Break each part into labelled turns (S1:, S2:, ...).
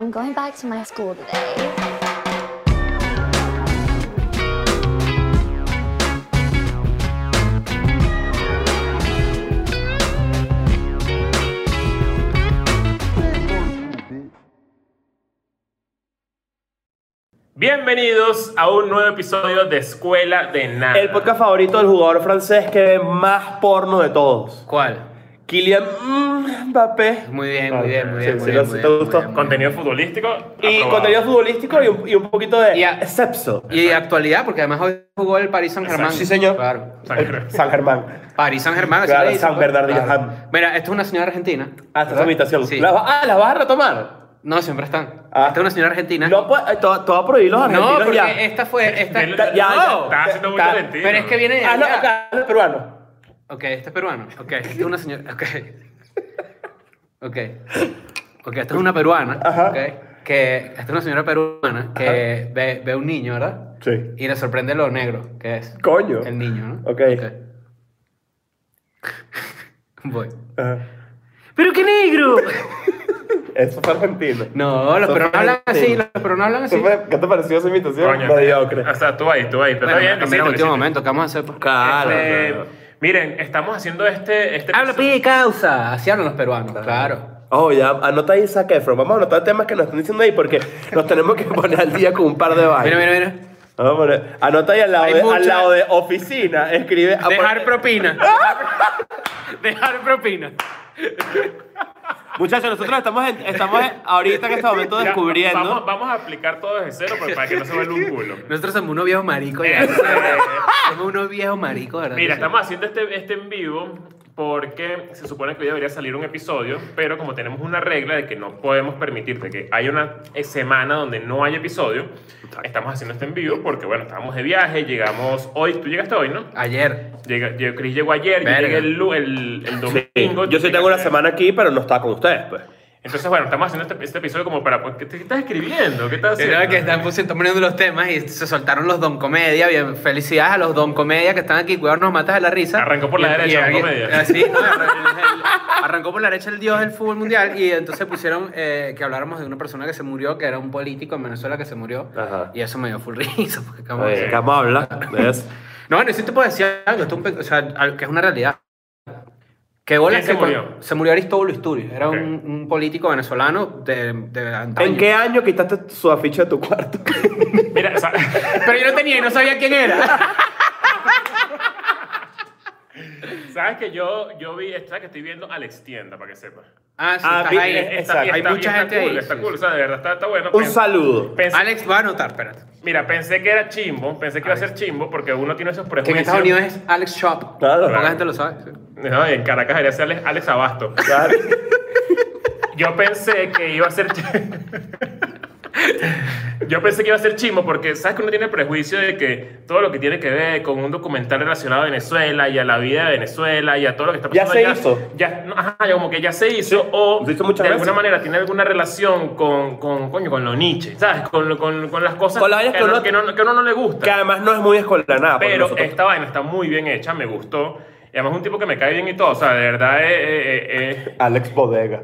S1: I'm going back to my school today.
S2: Bienvenidos a un nuevo episodio de Escuela de Nada.
S3: El podcast favorito del jugador francés que ve más porno de todos.
S4: ¿Cuál?
S3: Kylian mm, Mbappé.
S4: Muy bien, muy bien, muy bien.
S3: Sí,
S4: muy
S3: sí,
S4: bien,
S3: lo-
S4: muy
S3: te
S4: bien,
S3: gustó.
S4: muy bien, muy bien.
S2: Contenido futbolístico.
S3: Y
S2: aprobado.
S3: contenido futbolístico y un, y un poquito de
S4: Y a-
S3: sexo.
S4: Y actualidad, porque además hoy jugó el Paris Saint Germain.
S3: Sí, señor.
S4: Claro.
S2: Sangre.
S3: San Germán.
S4: Paris Saint Germain. así
S3: Claro,
S4: le dicen,
S3: San
S4: pues.
S3: Bernardino.
S4: Mira, esto es una señora argentina.
S3: Ah, esta es la invitación.
S4: Sí.
S3: ¿La va- ah, ¿las vas a retomar?
S4: No, siempre están.
S3: Ah.
S4: Esta es una señora argentina.
S3: No, pues, eh, te va te va a prohibir los
S4: No,
S3: argentinos
S4: porque este
S3: ya.
S4: esta fue. Esta,
S2: Él- está-
S3: ya, ya.
S4: no.
S2: Está haciendo muy
S3: Está-
S2: talentino.
S4: Pero es que viene de
S3: Ah, no,
S4: allá.
S3: acá, el peruano.
S4: Ok, este es peruano. Ok, esta es una señora. Ok. Ok. Ok, esta es una peruana.
S3: Ajá.
S4: ok, Que esta es una señora peruana que ve, ve un niño, ¿verdad?
S3: Sí.
S4: Y le sorprende lo negro que es.
S3: Coño.
S4: El niño, ¿no?
S3: Ok.
S4: Voy.
S3: Ajá.
S4: ¡Pero qué negro!
S3: Eso fue argentino.
S4: No, los
S3: Eso
S4: peruanos
S3: fue
S4: hablan así,
S3: argentino.
S4: los peruanos hablan
S3: Eso
S4: así.
S3: fue- ¿Qué te pareció esa invitación?
S2: Coño.
S3: Mediocre.
S2: O sea, tú ahí, tú ahí. Pero
S4: Bueno,
S2: está bien,
S4: también en
S2: lo
S4: el último
S2: hiciste.
S4: momento, ¿qué vamos a hacer? pues?
S3: Claro.
S2: Eh, Miren, estamos haciendo este. este
S4: Habla
S2: episodio-
S4: pide causa, así hablan los peruanos, claro.
S3: Oh, ya, anota ahí Zac Efron. Vamos a anotar temas que nos están diciendo ahí porque nos tenemos que poner al día con un par de
S4: Mira,
S3: vainas.
S4: mira, mira.
S3: Vamos a poner- anota ahí al lado,
S4: Hay
S3: de,
S4: mucha-
S3: al lado de oficina, escribe... a-
S4: Dejar propina. Dejar propina.
S3: Muchachos, nosotros estamos, en- estamos en- ahorita en este momento
S2: Ya,
S3: descubriendo...
S2: Vamos, vamos a aplicar todo desde cero porque- para que no se vuelva un culo.
S4: Nosotros somos unos viejos maricos. ya.
S2: Este-
S4: somos unos viejos maricos, ¿verdad?
S2: Mira,
S4: Sí.
S2: estamos haciendo este, este en vivo porque se supone que hoy debería salir un episodio, pero como tenemos una regla de que no podemos permitirte que haya una eh, semana donde no haya episodio, estamos haciendo este en vivo porque, bueno, estábamos de viaje, llegamos hoy, tú llegaste hoy, ¿no?
S4: Ayer.
S2: Llega, yo- Chris llegó ayer, yo
S4: Verga.
S2: llegué el, lu- el, el
S3: Sí,
S2: domingo.
S3: yo sí
S2: tú
S3: tengo una
S2: llegaste-
S3: semana aquí, pero no estaba con ustedes, pues.
S2: Entonces, bueno, estamos haciendo este, este episodio como para... ¿Qué, te- qué estás escribiendo? ¿Qué estás haciendo?
S4: Era que están, pus- están poniendo los temas y se soltaron los Don Comedia. Bien, felicidades a los Don Comedia que están aquí. Cuidado, nos matas de la risa.
S2: Arrancó por la
S4: Y- y-
S2: derecha, Don
S4: y-
S2: Comedia.
S4: así, ¿no? Arran- arrancó por la derecha el dios del fútbol mundial y entonces pusieron eh, que habláramos de una persona que se murió, que era un político en Venezuela que se murió.
S3: Ajá.
S4: Y eso me dio full risa. Porque, como-
S3: Oye, ¿qué vamos a hablar? ¿Ves?
S4: No, bueno, sí te puedo decir algo, esto es un pe- o sea, al- que es una realidad. Que bola
S2: ¿Quién
S4: es
S2: se
S4: que
S2: murió?
S4: cuando- Se murió Aristóbulo Isturiz, era
S2: Ok.
S4: un, un político venezolano de, de antaño.
S3: ¿En qué año quitaste su afiche de tu cuarto?
S2: Mira, o sea,
S4: Pero yo no tenía y no sabía quién era.
S2: sabes que yo, yo vi, sabes que estoy viendo Alex Tienda, para que sepas.
S4: Ah, sí,
S3: Ah,
S4: estás
S3: vi-
S4: ahí.
S3: eh,
S2: Está-
S3: Exacto.
S2: está-
S4: Hay mucha
S2: está
S4: gente
S2: cool,
S4: ahí,
S2: Está
S4: sí,
S2: cool,
S4: sí.
S2: o sea, de verdad está, está bueno.
S3: Un
S2: Pen-
S3: saludo.
S2: pensé-
S4: Alex va a anotar, espérate.
S2: mira, pensé que era chimbo, pensé que iba a ser chimbo porque uno tiene esos
S4: Que en
S2: prejuicios.
S4: Estados Unidos es Alex Shop.
S3: Claro.
S4: Poca
S2: Claro.
S4: gente lo sabe. sí.
S2: No, y en Caracas debería ser Alex, Alex Abasto.
S3: Claro.
S2: Yo pensé que iba a ser. ch- Yo pensé que iba a ser chimbo porque, ¿sabes que uno tiene el prejuicio de que todo lo que tiene que ver con un documental relacionado a Venezuela y a la vida de Venezuela y a todo lo que está
S3: Ya
S2: pasando
S3: se
S2: allá,
S3: hizo.
S2: Ya, no, ajá, ya como que ya se hizo
S3: Sí,
S2: o
S3: se hizo
S2: de
S3: muchas
S2: alguna
S3: veces.
S2: manera tiene alguna relación con, con, coño, con lo Nietzsche, ¿sabes? Con, lo- con, con las cosas
S3: Con las vainas
S2: que,
S3: que
S2: no-
S3: uno-
S2: que no, que a uno no le gusta.
S3: Que además no es muy escolanada.
S2: Pero esta vaina está muy bien hecha, me gustó. Y además es un tipo que me cae bien y todo, o sea, de verdad eh, eh, eh, eh,
S3: Alex Bodega.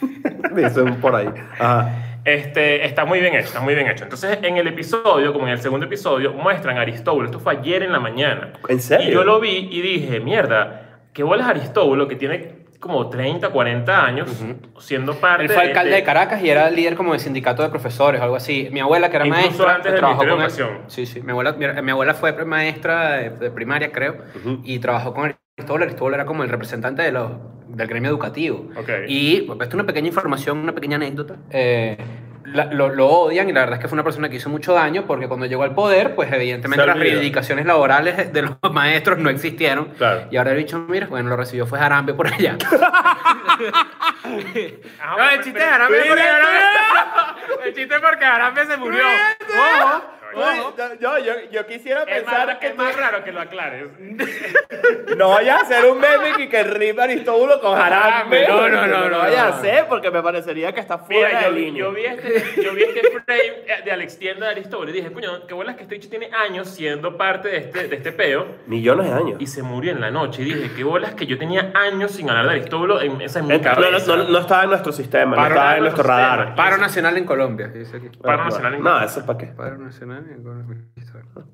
S3: Dicen por ahí. Ajá.
S2: Este, está muy bien hecho, está muy bien hecho. Entonces, en el episodio, como en el segundo episodio, muestran a Aristóbulo. Esto fue ayer en la mañana.
S3: ¿En serio?
S2: Y yo lo vi y dije, mierda, qué bolas Aristóbulo, que tiene como 30, 40 años, siendo parte
S4: Él fue alcalde de
S2: este-
S4: Caracas y era líder como de sindicato de profesores o algo así. Mi abuela, que era
S2: Incluso
S4: maestra,
S2: antes del
S4: trabajó
S2: Ministerio
S4: con
S2: de
S4: él.
S2: Educación.
S4: Sí, sí. Mi abuela, mi, mi abuela fue pre- maestra de, de primaria, creo, y trabajó con Aristóbulo. Aristóbulo era como el representante de los, del gremio educativo.
S2: Ok.
S4: Y pues, esto es una pequeña información, una pequeña anécdota. Eh, la- lo, lo odian y la verdad es que fue una persona que hizo mucho daño porque cuando llegó al poder, pues evidentemente
S2: Se
S4: las
S2: olvida.
S4: reivindicaciones laborales de los maestros no existieron.
S2: Claro.
S4: Y ahora el bicho, mira, bueno, lo recibió fue Jarambe por allá.
S2: Ajá,
S4: No, el
S2: pero-
S4: chiste
S2: pero-
S4: de Arambe
S2: pero-
S4: porque Arambe- El chiste es porque Arambe se murió. Ojo.
S2: Marico.
S3: Uy, yo- yo, yo, yo quisiera
S2: Es
S3: pensar
S2: más,
S3: que
S2: es más raro que lo aclares.
S3: tú- no vaya a hacer un meme y que rima Aristóbulo con
S2: Jarambe,
S3: Jarambe.
S2: Ah, no, no,
S3: porque
S2: no, no,
S3: No vaya
S2: no.
S3: a hacer porque me parecería que está fuera
S2: Mira,
S3: de
S2: yo, vi-
S3: línea.
S2: yo vi este, yo vi este frame eh, de Alex Tienda de Aristóbulo y dije, coño, qué bolas que este bicho tiene años siendo parte de este, de este peo
S3: Millones de años.
S2: y se murió en la noche. Y dije, qué bolas que yo tenía años sin hablar de Aristóbulo en esa es mi
S3: Ent- No,
S2: cabeza.
S3: no, no, no estaba en nuestro sistema, no
S2: Para
S3: estaba
S2: nada
S3: en nuestro
S2: nuestro sistema.
S3: radar.
S4: Paro nacional en Colombia. dice aquí.
S2: Paro
S3: Bueno,
S2: nacional en-
S3: No, eso es para qué.
S4: Paro nacional en Colombia.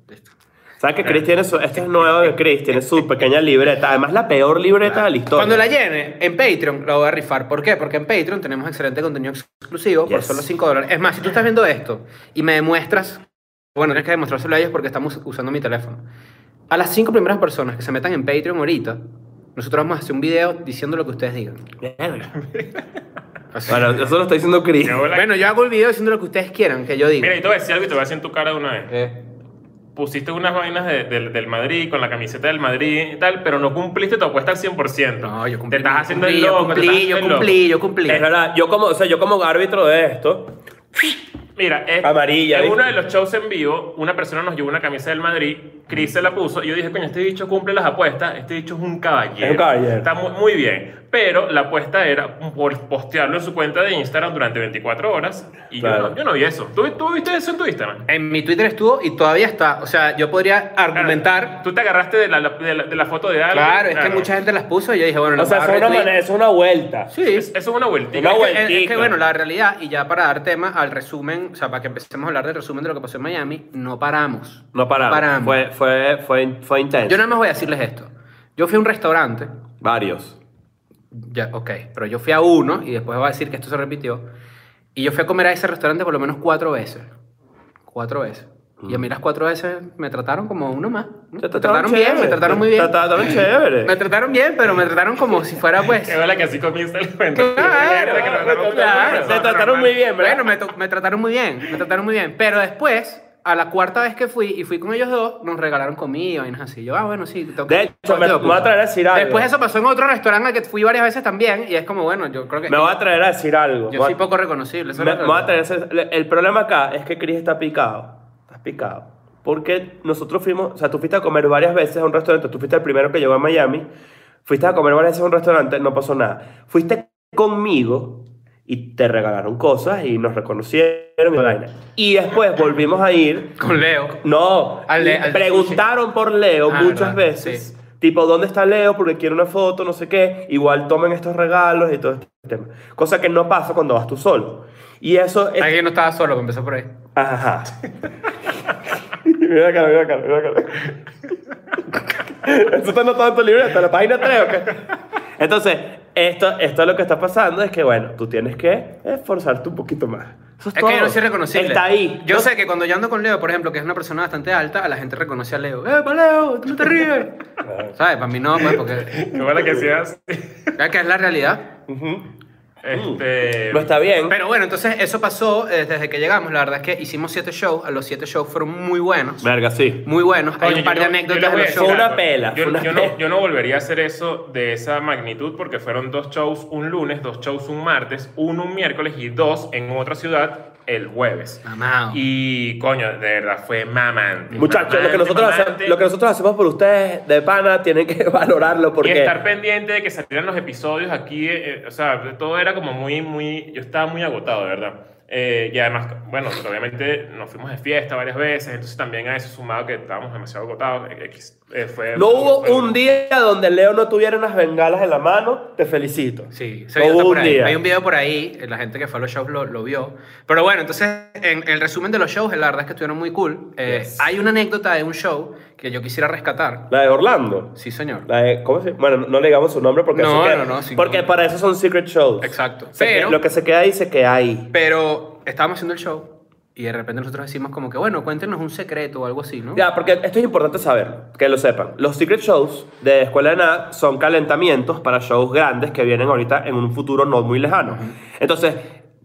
S4: Listo.
S3: ¿Sabes que Chris tiene su, este es nuevo de Chris, tiene su pequeña libreta, además la peor libreta de la historia.
S4: Cuando la llene en Patreon, la voy a rifar. ¿Por qué? Porque en Patreon tenemos excelente contenido exclusivo por
S3: Yes.
S4: solo 5 dólares. Es más, si tú estás viendo esto y me demuestras, bueno, tienes que demostrárselo a ellos porque estamos usando mi teléfono. A las 5 primeras personas que se metan en Patreon ahorita, nosotros vamos a hacer un video diciendo lo que ustedes digan.
S3: Verga.
S4: Así.
S3: Bueno, eso lo está diciendo Chris.
S2: Qué bolas-
S4: Bueno, yo hago el video diciendo lo que ustedes quieran que yo diga.
S2: Mira, y te voy a decir algo y te voy a decir en tu cara de una vez.
S4: Eh,
S2: Pusiste unas vainas de- del- del Madrid, con la camiseta del Madrid y tal, pero no cumpliste tu apuesta al 100%.
S4: no, yo cumplí.
S2: Te estás haciendo
S4: cumplí,
S2: el
S4: yo
S2: loco. te estás
S4: cumplí,
S2: haciendo
S4: yo
S2: el loco.
S4: cumplí, yo cumplí.
S3: Es verdad, yo como, o sea, yo como árbitro de esto,
S2: Mira, es,
S3: Amarilla,
S2: en
S3: ¿viste?
S2: uno de los shows en vivo, una persona nos llevó una camisa del Madrid, Chris se la puso, y yo dije, coño, este bicho cumple las apuestas, este bicho es un caballero.
S3: Es un caballero.
S2: Está muy, muy bien. Pero la apuesta era por postearlo en su cuenta de Instagram durante 24 horas, y yo
S3: Claro.
S2: no- yo, no, vi eso. ¿Tú, tú viste eso en tu Instagram?
S4: En mi Twitter estuvo y todavía está. O sea, yo podría argumentar.
S2: Ah, Tú te agarraste de la, de la, de la foto de alguien.
S4: Claro, es que mucha gente las puso y yo dije, bueno,
S3: o
S4: las
S3: sea,
S4: voy a
S3: eso es una,
S4: retweet.
S3: manera- eso es una vuelta.
S4: Sí.
S2: Es- Eso es una vueltita.
S3: Una
S4: Es que-
S3: vueltica.
S4: Es, que bueno, la realidad, y ya para dar tema al resumen, o sea, para que empecemos a hablar del resumen de lo que pasó en Miami, no paramos.
S3: No paramos. Fue, fue, fue, fue intenso.
S4: Yo nada más voy a decirles esto. Yo fui a un restaurante,
S3: Varios.
S4: ya, ok, pero yo fui a uno, y después voy a decir que esto se repitió, y yo fui a comer a ese restaurante por lo menos cuatro veces. Cuatro veces. Y a
S3: Mm.
S4: mí las cuatro veces me trataron como uno más. ¿no? Me trataron bien,
S3: chévere,
S4: me trataron muy bien.
S3: Te trataron chévere.
S4: Me trataron bien, pero me trataron como si fuera pues...
S2: Es verdad que así comienza el cuento.
S4: Claro,
S2: Que nos
S4: claro.
S2: agarramos con una persona
S3: Te trataron
S2: normal.
S3: muy bien, ¿verdad?
S4: Bueno, me, to- me trataron muy bien, me trataron muy bien. Pero después, a la cuarta vez que fui y fui con ellos dos, nos regalaron comida y vainas así. Yo, ah, bueno, sí. tengo que-
S3: De hecho, me, me voy a traer a decir algo.
S4: Después eso pasó en otro restaurante al que fui varias veces también y es como, bueno, yo creo que...
S3: Me voy a traer a decir algo.
S4: yo
S3: Voy a-
S4: soy poco reconocible. eso
S3: Me-
S4: es lo
S3: me
S4: que-
S3: voy a tener ese- le- el problema acá es que Chris está picado. Estás picado. Porque nosotros fuimos, o sea, tú fuiste a comer varias veces a un restaurante, tú fuiste el primero que llegó a Miami, fuiste a comer varias veces a un restaurante, no pasó nada. Fuiste conmigo y te regalaron cosas y nos reconocieron y vaina. Y después volvimos a ir.
S4: Con Leo.
S3: No,
S4: Al de- al
S3: preguntaron por Leo
S4: Ah,
S3: muchas
S4: verdad,
S3: veces. Tipo, ¿dónde está Leo? Porque quiero una foto, no sé qué. Igual tomen estos regalos y todo este tema. Cosa que no pasa cuando vas tú solo. Y eso es...
S4: Alguien no estaba solo, que empezó por ahí.
S3: Ajá. mira la cara, mira la cara, mira la cara. Eso está anotado en tu libreta, la página 3 o qué. Entonces, esto, esto es lo que está pasando es que, bueno, tú tienes que esforzarte un poquito más. Eso es,
S4: Es que
S3: todo.
S4: yo no soy reconocible.
S3: Está ahí.
S4: Yo
S3: No-
S4: sé que cuando yo ando con Leo, por ejemplo, que es una persona bastante alta, a la gente reconoce a Leo. ¡Eh, pa' Leo! ¡Tú no te ríes! ¿Sabes? Para mí no, pues, porque...
S2: Qué bola que seas.
S3: Mm.
S4: Ya que es la realidad.
S3: Ujú.
S2: Este.
S3: No está bien.
S4: Pero bueno, entonces eso pasó eh, desde que llegamos. La verdad es que hicimos siete shows. A los siete shows fueron muy buenos.
S3: Verga, sí.
S4: Muy buenos. Hay
S2: Coño,
S4: un par
S2: yo
S4: de
S2: no- yo les
S4: anécdotas de
S2: voy a
S4: los
S2: decir
S4: shows.
S3: Fue una
S2: algo.
S3: pela,
S2: Yo,
S3: fue una
S2: yo no,
S3: pela.
S2: yo no volvería a hacer eso de esa magnitud porque fueron dos shows un lunes, dos shows un martes, uno un miércoles y dos en otra ciudad el jueves.
S4: Mamao.
S2: Y coño, de verdad fue mamante.
S3: Muchachos, lo que,
S2: mamante,
S3: nosotros hace-
S2: mamante.
S3: lo que nosotros hacemos por ustedes de pana tienen que valorarlo
S2: Y
S3: porque
S2: estar pendiente de que salieran los episodios aquí, eh, eh, o sea, todo era como muy, muy, yo estaba muy agotado, de verdad. Eh, y además, bueno, obviamente nos fuimos de fiesta varias veces, entonces también a eso sumado que estábamos demasiado agotados. eh, eh, fue-
S3: no hubo
S2: fue-
S3: un día donde Leo no tuviera unas bengalas en la mano. Te felicito.
S4: Sí, video
S3: No
S4: está
S3: hubo
S4: por
S3: un
S4: ahí.
S3: día.
S4: Hay un video por ahí, eh, la gente que fue a los shows lo, lo vio. Pero bueno, entonces, en, el resumen de los shows, la verdad es que estuvieron muy cool. Eh,
S3: Yes.
S4: Hay una anécdota de un show que yo quisiera rescatar.
S3: La de Orlando.
S4: Sí, señor.
S3: La de, ¿Cómo se Bueno, no le digamos su nombre porque,
S4: No,
S3: eso
S4: no, no, sí,
S3: porque
S4: no.
S3: para eso son secret shows.
S4: Exacto.
S3: Se que-
S4: Pero-
S3: lo que se queda ahí se queda ahí.
S4: Pero estábamos haciendo el show y de repente nosotros decimos como que, bueno, cuéntenos un secreto o algo así, ¿no?
S3: Ya, porque esto es importante saber, que lo sepan. Los secret shows de Escuela de Nada son calentamientos para shows grandes que vienen ahorita en un futuro no muy lejano. Entonces,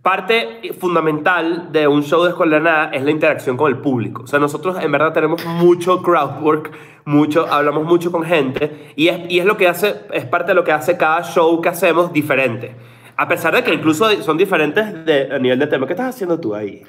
S3: parte fundamental de un show de Escuela de Nada es la interacción con el público. O sea, nosotros en verdad tenemos mucho crowd work, mucho, hablamos mucho con gente y es, y es lo que hace, es parte de lo que hace cada show que hacemos diferente. A pesar de que incluso son diferentes de- a nivel de tema. ¿Qué estás haciendo tú ahí?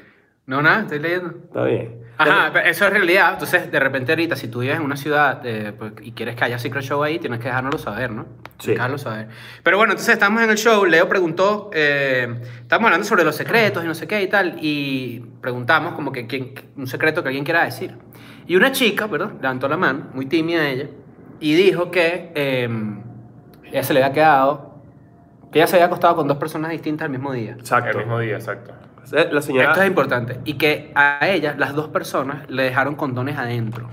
S4: No, nada, estoy leyendo.
S3: Está bien.
S4: Ajá, pero eso es realidad. Entonces, de repente ahorita, si tú vives en una ciudad eh, pues, y quieres que haya Secret Show ahí, tienes que dejárnoslo saber, ¿no? Tienes
S3: Sí.
S4: que dejarlo saber. Pero bueno, entonces estamos en el show, Leo preguntó, eh, estamos hablando sobre los secretos y no sé qué y tal, y preguntamos como que quién- un secreto que alguien quiera decir. Y una chica, ¿verdad? Levantó la mano, muy tímida ella, y dijo que eh, ella se le había quedado, que ella se había acostado con dos personas distintas al mismo día.
S2: El
S3: Exacto.
S2: mismo día, exacto.
S3: Eh, La señora.
S4: Esto es importante. Y que a ella, las dos personas, le dejaron condones adentro.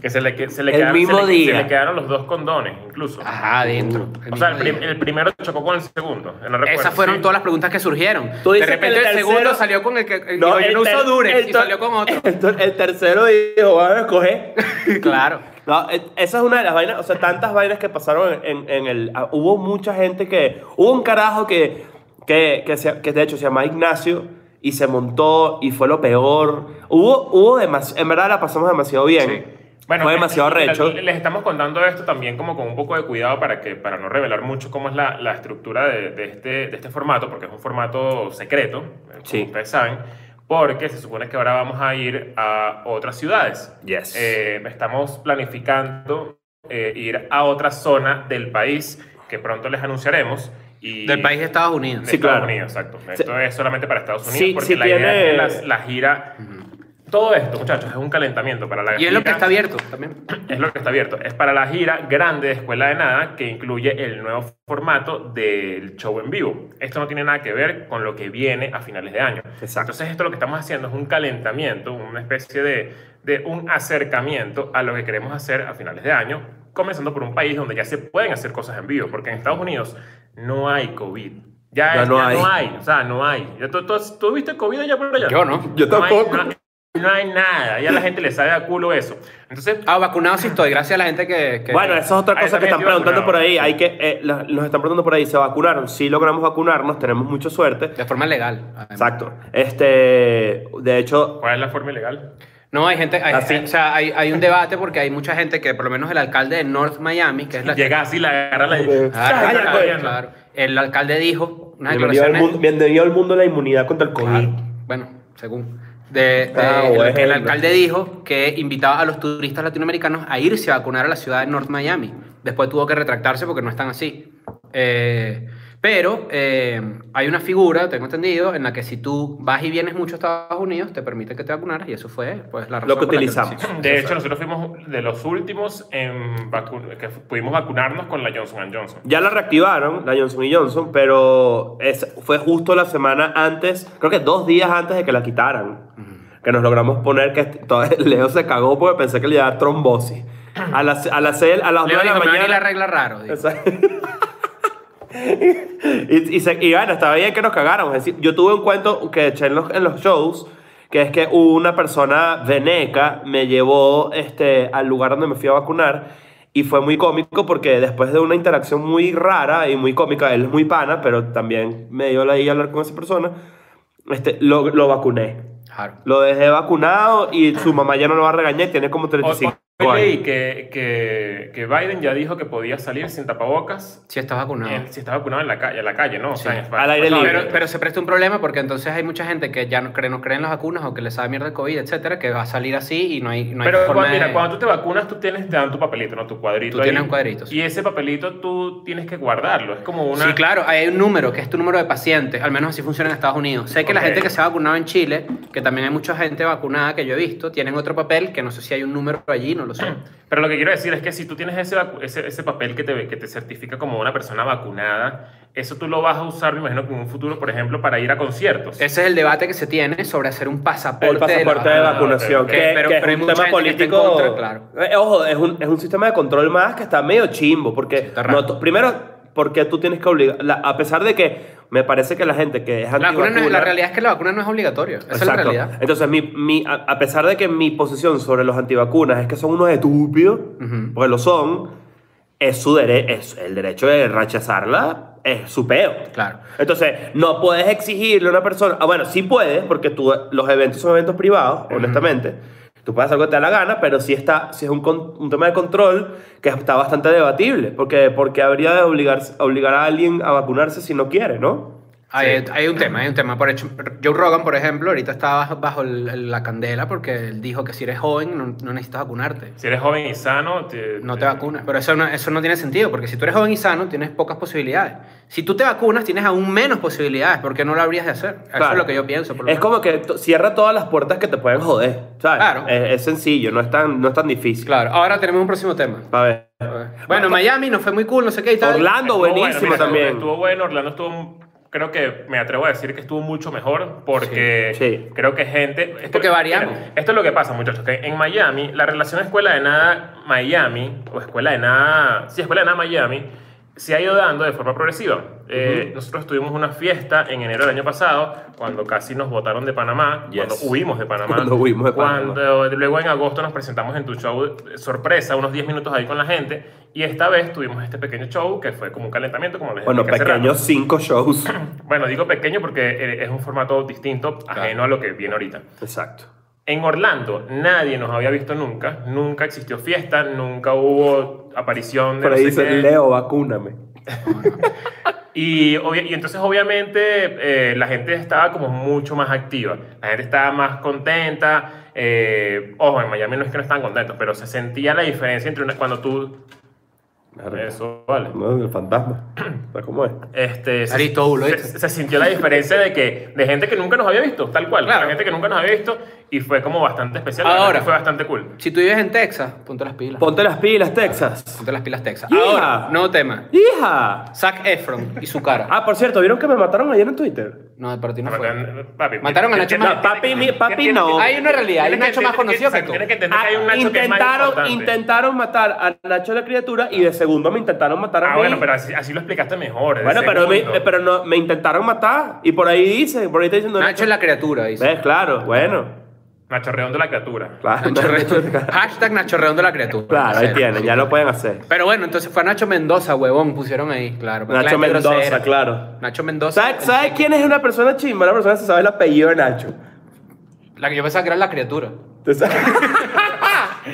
S2: Que se le, que- se le
S3: El
S2: quedaron,
S3: mismo
S2: se le-
S3: día.
S2: se le quedaron los dos condones, incluso.
S4: Ajá, adentro.
S2: o sea, el,
S4: mismo
S2: prim-
S4: día.
S2: el primero chocó con el segundo. No recuerdo,
S4: Esas fueron
S2: sí.
S4: todas las preguntas que surgieron.
S3: Tú
S4: de
S3: dices que
S4: repente el,
S3: el tercero-
S4: segundo salió con el que el, no,
S3: el
S4: no usó
S3: ter-
S4: Durex
S3: el
S4: y
S3: ter-
S4: salió con otro.
S3: El, ter- el tercero dijo, van a escoger.
S4: claro.
S3: No, eh, esa es una de las vainas, o sea, tantas vainas que pasaron en, en el... ah, Hubo mucha gente que... Hubo un carajo que, que, que, se- que de hecho se llama Ignacio y se montó y fue lo peor. Hubo, hubo demasiado... En verdad la pasamos demasiado bien. fue
S2: que-
S3: demasiado
S2: la-
S3: recho.
S2: Les estamos contando esto también como con un poco de cuidado para que para no revelar mucho cómo es la, la estructura de, de este, de este formato, porque es un formato secreto, eh, como
S3: Sí.
S2: ustedes saben, porque se supone que ahora vamos a ir a otras ciudades.
S3: Yes.
S2: Eh, estamos planificando eh, ir a otra zona del país que pronto les anunciaremos. Y
S4: Del país de Estados
S2: de
S4: Unidos.
S3: Sí,
S2: Estados
S3: claro.
S2: Unidos, exacto.
S3: Sí.
S2: Esto es solamente para Estados Unidos,
S3: Sí,
S2: porque
S3: sí
S2: la idea es que
S3: tiene-
S2: las- la, gira... Todo esto, muchachos, es un calentamiento para la
S4: Y es lo que
S2: gira.
S4: está abierto también.
S2: Es lo que está abierto. Es para la gira grande de Escuela de Nada que incluye el nuevo formato del show en vivo. Esto no tiene nada que ver con lo que viene a finales de año.
S3: Exacto.
S2: Entonces esto lo que estamos haciendo es un calentamiento, una especie de, de un acercamiento a lo que queremos hacer a finales de año, comenzando por un país donde ya se pueden hacer cosas en vivo, porque en Estados Unidos no hay COVID. Ya,
S3: Ya
S2: es-
S3: no
S2: ya
S3: hay.
S2: no hay. O sea, no hay. Ya ¿Tú, tú, has- tú viste COVID allá por allá?
S4: Yo no.
S3: Yo
S2: No hay-
S3: tampoco.
S2: no hay- no hay nada, ya la gente le sabe a culo eso. Entonces,
S4: Ah, vacunado sí estoy, gracias a la gente que. que-
S3: Bueno, esa es otra
S2: Ahí
S3: cosa que
S2: también
S3: están
S2: estoy
S3: preguntando
S2: vacunado.
S3: por ahí. Hay que, eh, la- nos están preguntando por ahí, ¿se vacunaron? Sí logramos vacunarnos, tenemos mucha suerte.
S4: De forma legal. además.
S3: Exacto. Este, de hecho,
S2: ¿Cuál es la forma ilegal?
S4: No, hay gente. hay-
S3: Así.
S4: o sea, hay, hay un debate porque hay mucha gente que, por lo menos el alcalde de North Miami, que es la.
S2: Llega así, la agarra la.
S4: Ah,
S3: Cállate,
S4: claro,
S3: coño.
S4: claro. El alcalde dijo una
S3: bienvenido al,
S4: declaración.
S3: mundo, bienvenido al mundo de la inmunidad contra el COVID.
S4: Bueno, según. De, de-
S3: Ah,
S4: el- el,
S3: bueno.
S4: alcalde dijo que invitaba a los turistas latinoamericanos a irse a vacunar a la ciudad de North Miami. Después tuvo que retractarse porque no están así. Eh, pero eh, hay una figura, tengo entendido, en la que si tú vas y vienes mucho a Estados Unidos, te permite que te vacunaras y eso fue pues, la razón.
S3: Lo que
S4: por la
S3: utilizamos.
S4: sí.
S2: De hecho, nosotros fuimos de los últimos en vacu- que fu- pudimos vacunarnos con la Johnson Johnson.
S3: Ya la reactivaron, la Johnson Johnson, pero es- fue justo la semana antes, creo que dos días antes de que la quitaran, que nos logramos poner que todo- Leo se cagó porque pensé que le iba a dar trombosis. A las, a las, seis- a las
S4: Leo
S3: nueve de
S4: dijo,
S3: la
S4: "Me van a ir la
S3: mañana.
S4: regla raro. dijo.
S3: Exacto. y, y se- y bueno, estaba bien que nos cagáramos. Es decir, yo tuve un cuento que eché en los, en los shows, que es que una persona veneca me llevó este, al lugar donde me fui a vacunar. Y fue muy cómico porque después de una interacción muy rara y muy cómica, él es muy pana, pero también me dio la idea hablar con esa persona, este, lo, lo vacuné.
S4: Claro.
S3: Lo dejé vacunado y su mamá ya no lo va a regañar, tiene como
S2: Hoy
S3: 35
S2: hoy leí
S3: años.
S2: que, que, que Biden ya dijo que podía salir sin tapabocas
S4: Si estás vacunado.
S2: en- si está vacunado en la, calle, en la calle, ¿no? O sea,
S4: Sí.
S2: en-
S3: Al aire
S2: no,
S3: libre.
S2: pero-
S4: Pero se presta un problema porque entonces hay mucha gente que ya no cree, no cree en las vacunas o que les sabe mierda el COVID, etcétera, que va a salir así y no hay, no hay
S2: Pero
S4: forma
S2: cuando, mira,
S4: de-
S2: cuando tú te vacunas, tú tienes, te dan tu papelito, ¿no? Tu cuadrito.
S4: Tú tienes un cuadrito, sí.
S2: Y ese papelito tú tienes que guardarlo. Es como una.
S4: Sí, claro, hay un número que es tu número de pacientes, al menos así funciona en Estados Unidos. Sé que la
S2: Ok.
S4: gente que se ha vacunado en Chile, que también hay mucha gente vacunada que yo he visto, tienen otro papel que no sé si hay un número allí, no lo sé.
S2: Pero lo que quiero decir es que si tú tienes ese, vacu- ese, ese papel que te, que te certifica como una persona vacunada, eso tú lo vas a usar, me imagino, como un futuro, por ejemplo, para ir a conciertos.
S4: Ese es el debate que se tiene sobre hacer un pasaporte.
S3: El pasaporte
S4: la-
S3: de
S2: Ah,
S3: vacunación,
S2: ok,
S3: que,
S4: ok. Pero-
S3: que es
S4: pero hay
S3: un
S4: mucha
S3: tema
S4: gente que está en
S3: político.
S4: contra, claro.
S3: Eh, Ojo, es un, es un sistema de control más que está medio chimbo, porque
S4: está raro.
S3: no to- primero, porque tú tienes que obligar, la- a pesar de que me parece que la gente que es
S4: La, vacuna no es-
S3: antivacuna-
S4: la realidad es que la vacuna no es obligatoria, esa es la
S3: Exacto.
S4: realidad.
S3: Entonces, mi, mi- a, a pesar de que mi posición sobre los antivacunas es que son unos estúpidos,
S4: Ujú.
S3: porque lo son, es su dere- es el derecho de rechazarla, es su peo.
S4: Claro.
S3: Entonces, no puedes exigirle a una persona. Ah, bueno, sí puedes, porque tú, los eventos son eventos privados, honestamente. Tú puedes hacer lo que te da la gana, pero sí, está, sí es un, con- un tema de control que está bastante debatible, porque, porque habría de obligar, obligar a alguien a vacunarse si no quiere, ¿no?
S4: Hay, hay un tema, hay un tema. Por hecho, Joe Rogan, por ejemplo, ahorita está bajo, bajo el- el- la candela porque él dijo que si eres joven no, no necesitas vacunarte.
S2: Si eres joven y sano, te,
S4: No te vacunas. Pero eso no, eso no tiene sentido porque si tú eres joven y sano tienes pocas posibilidades. Si tú te vacunas tienes aún menos posibilidades porque no lo habrías de hacer. Eso
S3: Claro.
S4: es lo que yo pienso. por lo
S3: Es
S4: menos.
S3: como que to- cierra todas las puertas que te pueden joder. ¿sabes?
S4: Claro.
S3: Es, es sencillo, no es tan, no es tan difícil.
S4: Claro, ahora tenemos un próximo tema.
S3: A ver.
S4: Bueno, Miami no fue muy cool, no sé qué y tal.
S3: Orlando,
S2: Estuvo
S3: buenísimo
S2: bueno, mira,
S3: también.
S2: Estuvo bueno, Orlando estuvo. Creo que me atrevo a decir que estuvo mucho mejor porque
S3: Sí, sí.
S2: creo que gente. Esto,
S4: Porque variamos.
S2: mira, esto es lo que pasa, muchachos, que en Miami, la relación escuela de nada Miami, o escuela de nada. Sí, escuela de nada Miami, se ha ido dando de forma progresiva. Eh, Nosotros tuvimos una fiesta en enero del año pasado, cuando casi nos votaron de Panamá,
S3: Yes.
S2: cuando huimos de Panamá.
S3: Cuando huimos de Panamá.
S2: Cuando pero luego en agosto nos presentamos en tu show eh, sorpresa, unos 10 minutos ahí con la gente. Y esta vez tuvimos este pequeño show que fue como un calentamiento, como les
S3: Bueno,
S2: expliqué hace
S3: pequeños cinco shows.
S2: rato. Bueno, digo pequeño porque eh, es un formato distinto, ajeno a lo que viene ahorita.
S3: Exacto.
S2: En Orlando nadie nos había visto nunca, nunca existió fiesta, nunca hubo aparición de
S3: Por
S2: no
S3: ahí
S2: sé
S3: dice,
S2: qué.
S3: Leo, vacúname.
S2: Y, obvia- y entonces obviamente eh, la gente estaba como mucho más activa, la gente estaba más contenta, eh, ojo, en Miami no es que no estaban contentos, pero se sentía la diferencia entre una, cuando tú... Eso, vale.
S3: No, el fantasma. O sea, ¿Cómo es?
S2: Este, se,
S4: Aristóbulo,
S2: se,
S4: ¿viste?
S2: se sintió la diferencia de que de gente que nunca nos había visto, tal cual,
S4: Claro.
S2: la gente que nunca nos había visto y fue como bastante especial, la
S4: Ahora.
S2: verdad que fue bastante cool.
S4: Si tú vives en Texas, ponte las pilas.
S3: Ponte las pilas, Texas.
S4: Ponte las pilas Texas.
S3: Yeah.
S4: Ahora, nuevo tema.
S3: ¡Hija!
S4: Zac Efron y su cara.
S3: Ah, por cierto, ¿vieron que me mataron ayer en Twitter?
S4: No, para ti no fue.
S2: Papi,
S4: Mataron a Nacho
S2: tienes-
S4: Más-
S3: No, papi, mi- papi
S2: tienes-
S3: no.
S4: Hay una realidad, hay un
S2: tienes
S4: Nacho
S2: que-
S4: más
S2: tienes que-
S4: conocido que tú.
S2: Tienes que entender que
S3: Ah,
S2: hay un Nacho que es más
S3: intentaron,
S2: importante.
S3: intentaron matar a Nacho la criatura y de segundo me intentaron matar a
S2: Ah,
S3: mí.
S2: bueno, pero así, así lo explicaste mejor. de
S3: Bueno, pero, me,
S2: segundo.
S3: pero no, me intentaron matar y por ahí dice, por ahí está diciendo
S4: Nacho es la criatura, dice.
S3: ¿Ves? Claro, bueno.
S2: Nacho Redondo la criatura.
S3: Claro,
S4: Nacho Redondo. Hashtag Nacho Redondo la criatura.
S3: Claro, ahí
S4: Sí,
S3: tienen,
S4: sí.
S3: ya lo pueden hacer.
S4: Pero bueno, entonces fue a Nacho Mendoza, huevón, pusieron ahí, claro. porque la
S3: Nacho
S4: gente es
S3: Mendoza,
S4: grosera.
S3: claro.
S4: Nacho Mendoza.
S3: ¿Sabes sabe quién es una persona chimba? Una persona que se sabe el apellido de Nacho.
S4: La que yo pensaba que era la criatura.
S3: ¿Tú sabes?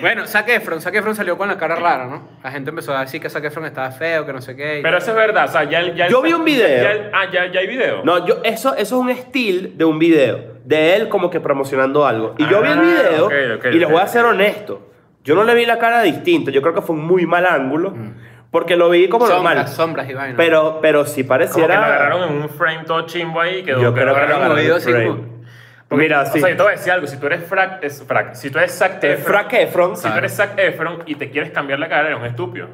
S4: Bueno, Zac Efron, Zac Efron salió con la cara rara, ¿no? La gente empezó a decir que Zac Efron estaba feo, que no sé qué. y-
S2: Pero eso es verdad, o sea, ya, el- ya el-
S3: Yo vi un video.
S2: ya el- ah, ya, ya hay video.
S3: No, yo, eso, eso es un estilo de un video. De él como que promocionando algo. Y yo vi el
S2: Ah,
S3: video
S2: ok, ok,
S3: y les
S2: ok.
S3: voy a ser honesto. Yo no le vi la cara distinta. Yo creo que fue un muy mal ángulo.
S2: Mm.
S3: Porque lo vi como
S4: sombras,
S3: normal.
S4: sombras y vainas.
S3: Pero, pero
S2: Como
S3: sí
S2: que
S3: pareciera.
S2: lo agarraron en un frame todo chimbo ahí. Quedó,
S3: yo creo que lo
S2: agarraron
S3: agarraron
S4: movido
S3: en
S4: así
S3: frame.
S4: como-
S2: Porque,
S3: Mira, sí.
S2: O sea, yo este te voy a decir algo. Si tú eres Frac, es Frac. Si tú eres Zac
S3: Eh,
S2: Efron.
S3: Zac Efron.
S2: Si
S4: Claro.
S2: tú eres Zac Efron y te quieres cambiar la cara, eres un estúpido.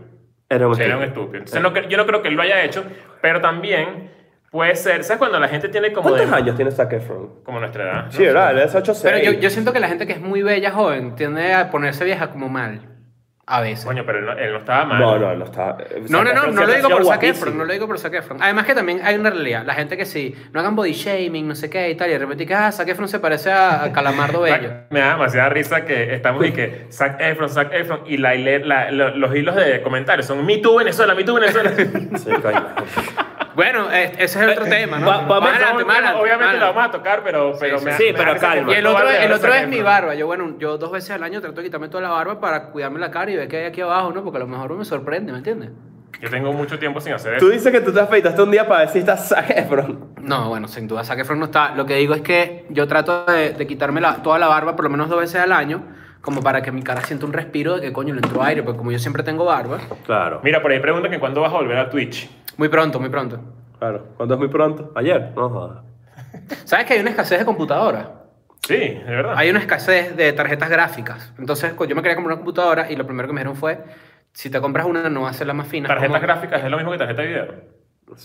S3: Era un Eh,
S2: O sea, Eres un
S3: estúpido.
S2: estúpido. Entonces, no cre- yo no creo que él lo haya hecho, pero también puede ser. ¿Sabes cuando la gente tiene como.
S3: ¿Cuántos
S2: de-
S3: años tiene Zac Efron?
S2: Como nuestra edad. ¿no?
S3: Sí, ¿verdad? Él es 8
S4: Pero yo, yo siento que la gente que es muy bella joven tiende a ponerse vieja como mal. A veces.
S2: Coño, pero él no, él no estaba mal.
S3: No, no, no está. eh,
S4: No, no, no, no lo digo por Zac
S3: saque
S4: Efron, no lo digo por Zac Efron. Además que también hay una realidad, la gente que sí, no hagan body shaming, no sé qué y tal, y de repente que, ah, Zac Efron se parece a, a Calamardo Bello.
S2: Me da demasiada risa que estamos y que Zac Efron, Zac Efron y la, la- lo- los hilos de comentarios son Me Too Venezuela, Me Too Venezuela.
S3: Sí, coño.
S4: Bueno, es- ese es el otro tema, ¿no?
S3: va- vamos-
S4: Más adelante,
S2: Obviamente-
S4: más adelante,
S2: obviamente
S4: más
S2: lo vamos
S4: adelante.
S2: a tocar, pero, pero
S4: sí,
S2: me, da-
S3: sí,
S2: me da
S3: pero
S2: risa que
S3: calma.
S4: Y el otro,
S2: vale
S4: el
S2: Zac
S4: otro es
S2: Efron.
S4: mi barba. Yo, bueno, yo dos veces al año trato de quitarme toda la barba para cuidarme la cara y ver qué hay aquí abajo, ¿no? Porque a lo mejor me sorprende, ¿me entiendes?
S2: Yo tengo mucho tiempo sin hacer
S3: Tú
S2: eso.
S3: dices que tú te afeitaste un día para ver si estás Zac Efron.
S4: No, bueno, sin duda Zac Efron no está. Lo que digo es que yo trato de, de quitarme la- toda la barba por lo menos dos veces al año, como para que mi cara sienta un respiro de que coño le entró aire, porque como yo siempre tengo barba,
S3: Claro.
S2: Mira, por ahí preguntan que cuándo vas a volver a Twitch.
S4: muy pronto, muy pronto.
S3: Claro. ¿Cuándo es muy pronto? ¿Ayer? No jodas.
S4: ¿Sabes que hay una escasez de computadoras?
S2: Sí, de verdad.
S4: Hay una escasez de tarjetas gráficas. Entonces, cu- yo me quería comprar una computadora y lo primero que me dijeron fue, si te compras una no va a ser la más fina.
S2: Tarjetas
S4: Como-
S2: gráficas es lo mismo que tarjeta de video.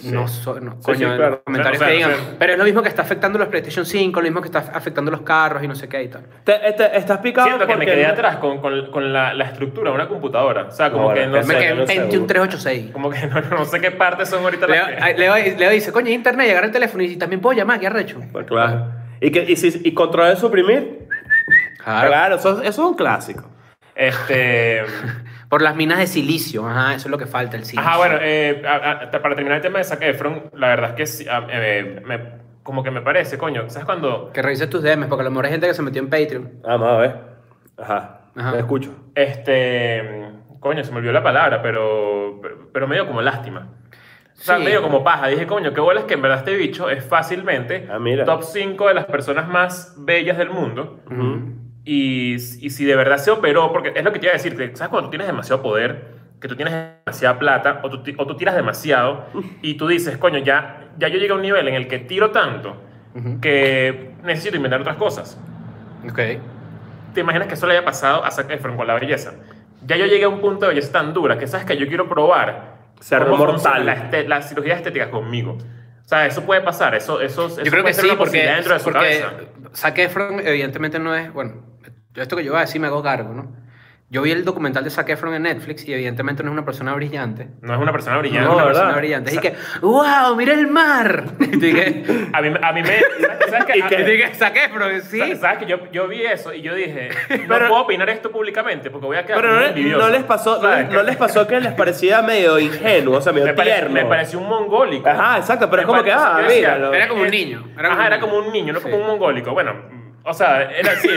S4: No, so- no,
S3: Sí,
S4: coño,
S3: sí,
S4: en los
S3: claro.
S4: comentarios
S2: O sea,
S4: que
S2: o sea,
S4: digan.
S2: o sea-
S4: Pero es lo mismo que está afectando los PlayStation 5, lo mismo que está afectando los carros y no sé qué y tal.
S3: Te- este- estás picado
S2: Siento que me
S3: porque-
S2: quedé atrás con, con- con la, la estructura de una computadora. O sea, como
S3: No,
S2: que
S3: bueno,
S2: no
S3: es
S2: sé.
S4: me quedé
S3: no
S4: en
S3: sé,
S4: Pentium
S3: bro.
S4: 386.
S2: Como que no, no sé qué partes son ahorita las que-
S4: Leo, Leo- Leo dice, coño, hay internet, y agarra el teléfono y también puedo llamar, qué arrecho.
S3: Pues claro. ¿Y, que, y, si- y controlar y suprimir? Claro, eso, eso es un clásico.
S2: Este.
S4: Por las minas de silicio, ajá, eso es lo que falta, el silicio.
S2: Ajá, bueno, eh, a- a- para terminar el tema de Zac Efron, la verdad es que sí, a- eh, me- como que me parece, coño. ¿Sabes cuando?
S4: Que revises tus DMs, porque a lo mejor hay gente que se metió en Patreon.
S3: Ah, Vamos a ver. Ajá.
S4: Ajá.
S3: Te escucho.
S2: Este. Coño, se me olvidó la palabra, pero. Pero me dio como lástima. O sea,
S4: Sí.
S2: medio como paja. Dije, coño, qué bolas que en verdad este bicho es fácilmente
S3: Ah, mira.
S2: top 5 de las personas más bellas del mundo. Y, y si de verdad se operó, porque es lo que te iba a decir, que, ¿sabes? Cuando tú tienes demasiado poder, que tú tienes demasiada plata, o tú, ti- o tú tiras demasiado, y tú dices, coño, ya, ya yo llegué a un nivel en el que tiro tanto
S4: Ujú.
S2: que necesito inventar otras cosas.
S4: Ok.
S2: ¿Te imaginas que eso le haya pasado a Zac Efron con la belleza? Ya yo llegué a un punto de belleza tan dura que sabes que yo quiero probar
S3: Ser
S2: cómo
S3: mortal.
S2: funciona La, este- la cirugía estética conmigo. O sea, eso puede pasar. Eso, eso, eso
S4: Yo creo
S2: puede
S4: que
S2: ser
S4: sí,
S2: una
S4: porque,
S2: posibilidad dentro de su
S4: porque
S2: cabeza.
S4: Zac Efron evidentemente no es, bueno, yo esto que yo voy a decir me hago cargo, ¿no? Yo vi el documental de Zac Efron en Netflix y evidentemente no es una persona brillante.
S2: No es una persona
S4: No,
S2: brillante.
S4: es una
S3: ¿verdad?
S4: persona brillante. Así que, ¡wow! ¡Mira el mar! Y dije,
S2: A mí, a mí me... ¿Sabes qué?
S3: Y
S2: A-
S3: que-
S4: y dije, Zac Efron, sí.
S2: sa- ¿Sabes que yo, yo vi eso y yo dije, no
S3: Pero-
S2: puedo opinar esto públicamente porque voy a quedar
S3: Pero
S2: como
S3: no,
S2: un
S3: le-
S2: envidioso.
S3: no les pasó, no
S2: ¿Sabes
S3: les,
S2: qué?
S3: no les pasó que les parecía medio ingenuo, o sea, medio
S2: me, pare-
S3: tierno.
S2: me pareció un mongólico.
S3: Ajá, exacto, pero es
S2: Me
S3: como que,
S2: pare-
S3: ah,
S2: yo decía,
S3: míralo.
S4: Era como un
S2: eh,
S4: niño.
S2: Ajá, era como un niño, no como
S4: Sí.
S2: un mongólico. Bueno, mm, o sea, era así.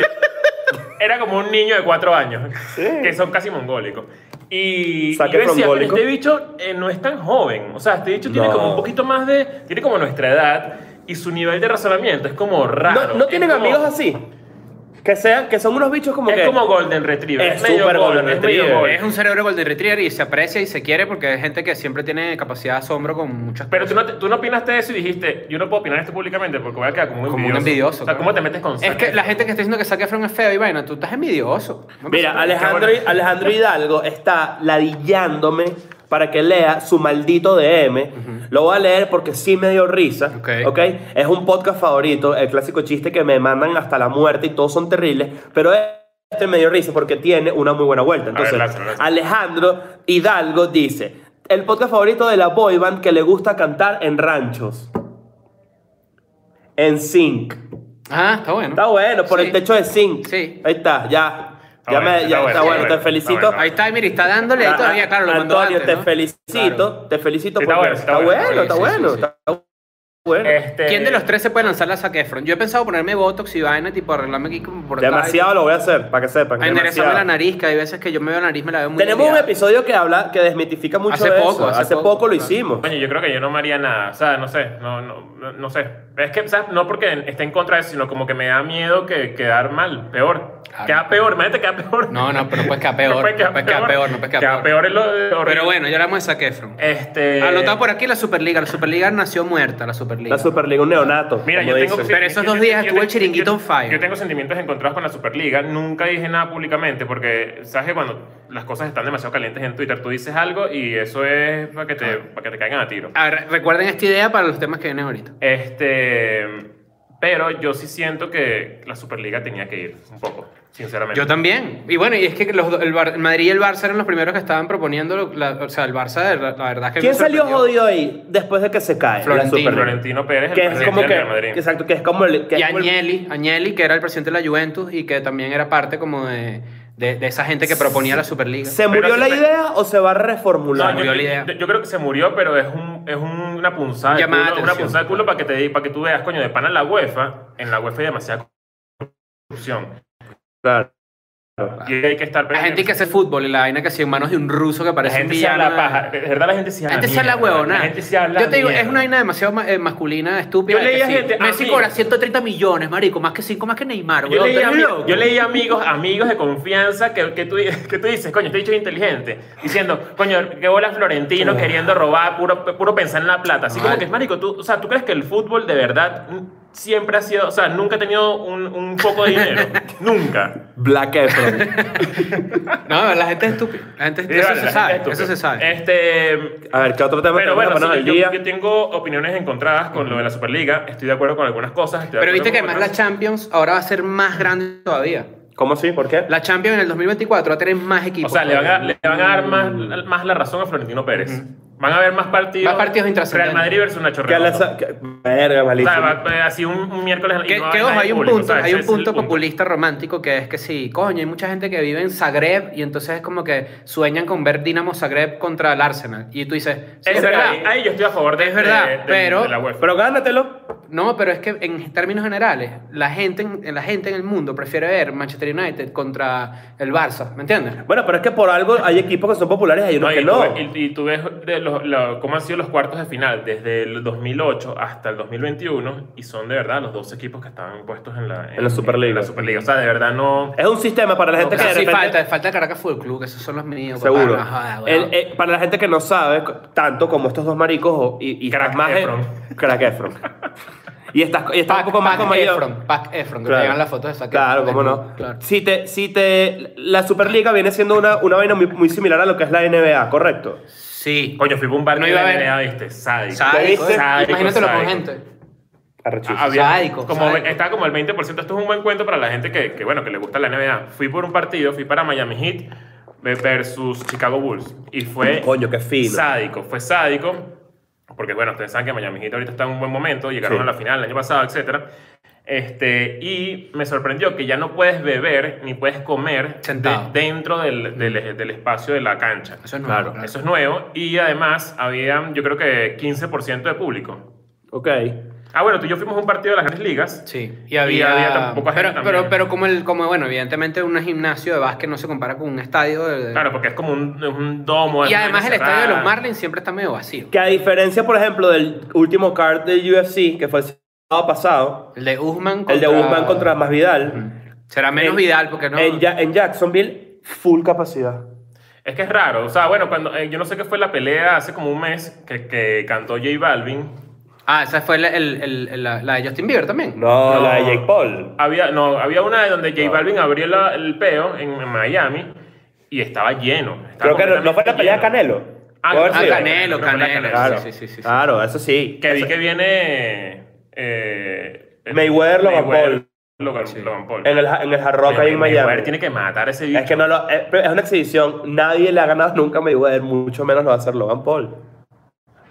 S2: era como un niño de cuatro años, que son casi mongólicos. Y, y yo
S3: Saque
S2: decía, pero
S3: frongólico.
S2: este bicho eh, no es tan joven. O sea, este bicho tiene
S3: No.
S2: como un poquito más de. Tiene como nuestra edad y su nivel de razonamiento es como raro.
S3: No, no tienen
S2: es como-
S3: amigos así. Que sean, que son unos bichos como
S2: Es
S3: que.
S2: como Golden Retriever.
S3: Es súper Golden
S2: es medio
S3: Retriever.
S2: golden.
S4: Es un cerebro golden retriever y se aprecia y se quiere porque es gente que siempre tiene capacidad de asombro con muchas
S2: Pero tú
S4: cosas.
S2: no, te- tú no opinaste eso y dijiste, yo no puedo opinar esto públicamente porque voy a quedar como un
S4: Como un
S2: envidioso.
S4: envidioso,
S2: O sea,
S4: claro.
S2: ¿cómo te metes con
S4: Es
S2: Zac
S4: que la
S2: Efron?
S4: gente que está diciendo que Zac Efron es feo y vaina, tú estás envidioso. No me
S3: Mira,
S4: parece-
S3: Alejandro,
S2: Qué bueno.
S3: Alejandro Hidalgo está ladillándome para que lea su maldito DM. Lo voy a leer porque sí me dio risa.
S4: Ok.
S3: ok. Es un podcast favorito, el clásico chiste que me mandan hasta la muerte y todos son terribles. Pero este me dio risa porque tiene una muy buena vuelta.
S2: A ver,
S3: Entonces,
S2: lánzalo, lánzalo.
S3: Alejandro Hidalgo dice: El podcast favorito de la boy band que le gusta cantar en ranchos. En zinc.
S4: Ah, está bueno.
S3: Está bueno, por
S4: Sí.
S3: el techo de zinc.
S4: Sí.
S3: Ahí está, ya.
S2: Está
S3: ya
S2: bueno,
S3: me-
S2: está
S3: ya
S2: bueno,
S3: está
S2: está bueno,
S3: bueno, te
S2: está
S3: felicito.
S2: bueno.
S4: Ahí está, mira, y está dándole ahí todavía, claro, lo mandó
S3: Ah, Antonio,
S4: antes,
S3: te
S4: ¿no?
S3: felicito,
S4: Claro.
S3: te felicito
S2: Está
S3: por
S2: bueno,
S3: eso.
S2: está bueno.
S3: bueno,
S4: Sí,
S3: está
S4: sí,
S3: bueno,
S4: sí, sí.
S3: está bueno.
S2: Este-
S4: ¿Quién de los tres se puede lanzar la Zac Efron? Yo he pensado ponerme Botox y vaina, tipo arreglarme aquí como por acá.
S3: demasiado lo voy a hacer, para que sepan.
S4: A enderezarme
S3: demasiado.
S4: la nariz, que hay veces que yo me veo la nariz, me la veo muy
S3: Tenemos un
S4: delgada.
S3: episodio que habla, que desmitifica mucho
S4: Hace
S3: de eso.
S4: poco, hace
S3: poco,
S4: poco,
S3: lo
S4: claro.
S3: hicimos.
S2: Coño, yo creo que yo no me haría nada. O sea, no sé, no, no, no- no sé. Es que, ¿sabes? No porque esté en contra de eso, sino como que me da miedo que quedar mal, peor.
S4: Claro.
S2: Queda peor, imagínate, queda peor.
S4: No, no, pero no puedes quedar peor,
S2: puede
S4: no puedes quedar peor, no puedes quedar
S2: Queda peor es lo de- horrible.
S4: Pero bueno, ya hablamos de Zac Efron.
S3: Eh,
S2: Este...
S4: Anotado por aquí la Superliga. La Superliga nació muerta, la Superliga.
S3: La Superliga, un neonato.
S2: Mira,
S3: como
S2: yo tengo...
S3: dicen.
S4: Pero esos
S2: yo-
S4: dos
S2: yo-
S4: días
S2: yo-
S4: estuvo el
S2: yo-
S4: chiringuito
S2: yo-
S4: on fire.
S2: Yo tengo sentimientos encontrados con la Superliga. Nunca dije nada públicamente porque, ¿sabes? que Cuando las cosas están demasiado calientes en Twitter, tú dices algo y eso es para que
S4: Ah.
S2: te, para que te caigan a tiro.
S4: A ver, recuerden esta idea para los temas que vienen ahorita.
S2: Este, pero yo sí siento que la Superliga tenía que ir un poco, sinceramente.
S4: Yo también. Y bueno, y es que los do- el, Bar- el Madrid y el Barça eran los primeros que estaban proponiendo, lo- la- o sea, el Barça, de- la, la verdad es que...
S3: ¿Quién
S4: me
S3: salió
S4: sorprendió.
S3: jodido ahí después de que se cae? la
S4: Florentino.
S3: Superliga?
S2: Florentino Pérez, el
S3: Que es
S2: presidente
S3: como
S2: del
S3: que,
S2: Real Madrid.
S3: exacto, que es como el, que
S4: Y
S3: es como el-
S4: Agnelli, Agnelli, que era el presidente de la Juventus y que también era parte como de, de- de esa gente que proponía la Superliga.
S3: ¿Se murió
S2: Pero-
S3: la idea o se va a
S2: No,
S3: reformular?
S4: Se
S2: yo-
S4: murió la
S2: yo,
S4: idea.
S2: yo creo que se murió, pero es, un, es una punzada de
S4: Llamada
S2: culo,
S4: de
S2: una
S4: atención.
S2: punzada de culo para que, te, di- para que tú veas, coño, de pana en la UEFA, en la UEFA hay demasiada corrupción.
S3: Claro.
S2: Y hay que estar
S4: La gente que hace fútbol y la vaina que hacía en manos de un ruso que
S2: la
S4: parece un
S2: gente se
S4: villano.
S2: habla paja, de verdad la gente se
S4: La
S2: habla
S4: gente se habla
S2: mierda,
S4: huevona.
S2: La gente se habla
S4: Yo te digo,
S2: mierda.
S4: es una vaina demasiado ma- eh, masculina, estúpida. de
S2: Yo
S4: que
S2: leía
S4: sí.
S2: gente,
S4: Messi
S2: amigo.
S4: cobra 130 millones, marico, más que 5 más que Neymar,
S2: Yo
S4: weón.
S2: leí,
S4: ¿Estás
S2: ami-
S4: loco?
S2: yo leí amigos, amigos de confianza que, que, tú, di- que tú dices, coño, este dicho es inteligente. Diciendo, coño, que bola Florentino queriendo robar, puro, puro pensar en la plata. Así como
S4: Mal.
S2: que, marico, tú, o sea, ¿tú crees que el fútbol de verdad mm, siempre ha sido, o sea, nunca ha tenido un, un poco de dinero? nunca.
S3: Black Efron.
S4: No, la gente es estúpida. La gente,
S2: Y
S4: eso
S2: vale,
S4: se
S2: la
S4: sabe,
S2: gente es
S4: eso se
S2: estúpida.
S4: sabe.
S2: Este...
S3: A ver, ¿qué otro tema
S2: Pero
S3: tenemos
S2: bueno,
S3: para
S2: sí,
S3: el
S2: yo,
S3: día?
S2: yo tengo opiniones encontradas con lo de la Superliga. Estoy de acuerdo con algunas cosas. estoy de
S4: Pero
S2: acuerdo
S4: viste que
S2: con
S4: además la
S2: otras.
S4: Champions ahora va a ser más grande todavía.
S3: ¿Cómo sí? ¿Por qué?
S4: La Champions en el 2024 va a tener más
S2: O
S4: equipos. pues,
S2: sea, le van a, le van a dar más, más la razón a Florentino Pérez. Van a haber más partidos.
S4: Más partidos intrascendentes.
S2: Real Madrid versus Nacho
S3: Que a la
S2: Redondo.
S3: sa- que- verga,
S2: O
S3: malísimo.
S2: sea, va- va- así un, un miércoles. y
S4: Que,
S2: no va a
S4: que,
S2: haber
S4: ojo,
S2: nadie
S4: hay un
S2: público,
S4: punto,
S2: ¿sabes?
S4: hay un
S2: Ese es el
S4: punto populista romántico que es que sí, coño, hay mucha gente que vive en Zagreb y entonces es como que sueñan con ver Dinamo Zagreb contra el Arsenal. Y tú dices, sí,
S2: Es verdad. Ahí yo estoy a favor de,
S4: Es verdad,
S2: de- de-
S4: pero-
S2: de la UEFA.
S3: Pero gánatelo.
S4: No, pero es que en términos generales, la gente, en- la gente en el mundo prefiere ver Manchester United contra el Barça, ¿me entiendes?
S3: Bueno, pero es que por algo hay equipos que son populares y hay unos
S2: No, y
S3: que
S2: tú
S3: no.
S2: ves- y, y tú ves de los los- la- cómo han sido los cuartos de final desde el 2008 hasta el 2021 y son de verdad los dos equipos que estaban puestos en la,
S3: En la Superliga.
S2: en la Superliga. O sea, de verdad no.
S3: Es un sistema para la gente que de
S4: sí,
S3: repente...
S4: falta, falta el Caracas Fútbol Club, que esos son los míos. papá,
S3: Seguro.
S4: no jodas,
S3: El-
S4: weón.
S3: eh, para la gente que no sabe, c- tanto como estos dos maricos o- y, y
S2: Crack
S3: estás más en-
S2: Efron.
S3: Crack Efron. y estás, y estás
S4: Zac
S3: un poco más
S4: Zac
S3: como yo.
S4: Efron, Zac Efron, que te llegan las fotos de Zac
S3: Claro,
S4: Efron
S3: cómo
S4: desnudo,
S3: no.
S4: claro.
S3: Si te, si te, la Superliga viene siendo una, una vaina muy, muy similar a lo que es la NBA, ¿correcto?
S4: Sí.
S2: Coño, fui para un bar
S4: No
S2: de
S4: iba a
S2: la
S4: ver.
S2: NBA, ¿viste? Sádico.
S4: Sádico,
S3: ¿Viste?
S4: eh.
S2: Sádico,
S4: Imagínatelo con
S2: sádico.
S4: gente.
S3: Arrechísimo.
S2: Ah, había-
S4: Sádico,
S2: como
S4: sádico.
S2: Estaba como el 20%. Esto es un buen cuento para la gente que, que, bueno, que le gusta la NBA. Fui por un partido, fui para Miami Heat ve- versus Chicago Bulls. Y fue
S3: Coño, qué fino.
S2: sádico, fue sádico. Porque, bueno, ustedes saben que Miami Heat ahorita está en un buen momento. Llegaron
S3: Sí.
S2: a la final el año pasado, etc. Este, y me sorprendió que ya no puedes beber ni puedes comer de-
S4: Sentado. Mm.
S2: dentro del, del- del espacio de la cancha.
S4: Eso es nuevo,
S2: Claro,
S4: claro.
S2: Eso es nuevo. Y además, había, yo creo que 15% de público.
S3: Ok.
S2: Ah, bueno, tú y yo fuimos a un partido de las grandes ligas.
S4: Sí, y había,
S2: había tampoco gente
S4: pero,
S2: también.
S4: pero, pero como el, como bueno, evidentemente un gimnasio de básquet no se compara con un estadio de, de-
S2: Claro, porque es como un, es un domo. es
S4: y
S2: una
S4: además el
S2: encerrada.
S4: estadio de los Marlins siempre está medio vacío.
S3: Que a diferencia, por ejemplo, del último card del UFC, que fue el sábado pasado,
S4: El de Usman
S3: el de Guzmán contra Más
S2: Mm.
S3: Vidal,
S4: Será menos
S3: En-
S4: Vidal porque no.
S3: en, Ja- en Jacksonville, full capacidad.
S2: Es que es raro. O sea, bueno, cuando eh, yo no sé qué fue la pelea hace como un mes que, que cantó J Balvin.
S4: Ah, esa fue el- el- el- la, la de Justin Bieber también.
S3: No,
S2: No.
S3: la de Jake Paul.
S2: Había, no, había una de donde J
S3: Ah.
S2: Balvin abrió la- el peo en, en Miami y estaba lleno. Estaba
S3: Creo que no, no fue la
S2: completamente
S3: pelea de
S2: lleno.
S3: Canelo.
S2: Ah,
S3: Puede
S2: no,
S3: haber
S4: Ah,
S3: sido.
S4: Canelo,
S2: Creo que la
S4: Canelo.
S3: Claro, Ah,
S4: Sí, sí, sí, sí, sí.
S3: claro, eso sí.
S2: Que vi
S3: Eso-
S2: que viene. eh, el-
S3: Mayweather, Logan Paul.
S2: Logan,
S4: Sí.
S2: Logan Paul.
S3: En el, ha- en el Hard Rock ahí en
S2: Mayweather
S3: Miami.
S2: tiene que matar a ese bicho.
S3: Es que no lo, es, es una exhibición. Nadie le ha ganado nunca a Mayweather, mucho menos lo va a hacer Logan Paul.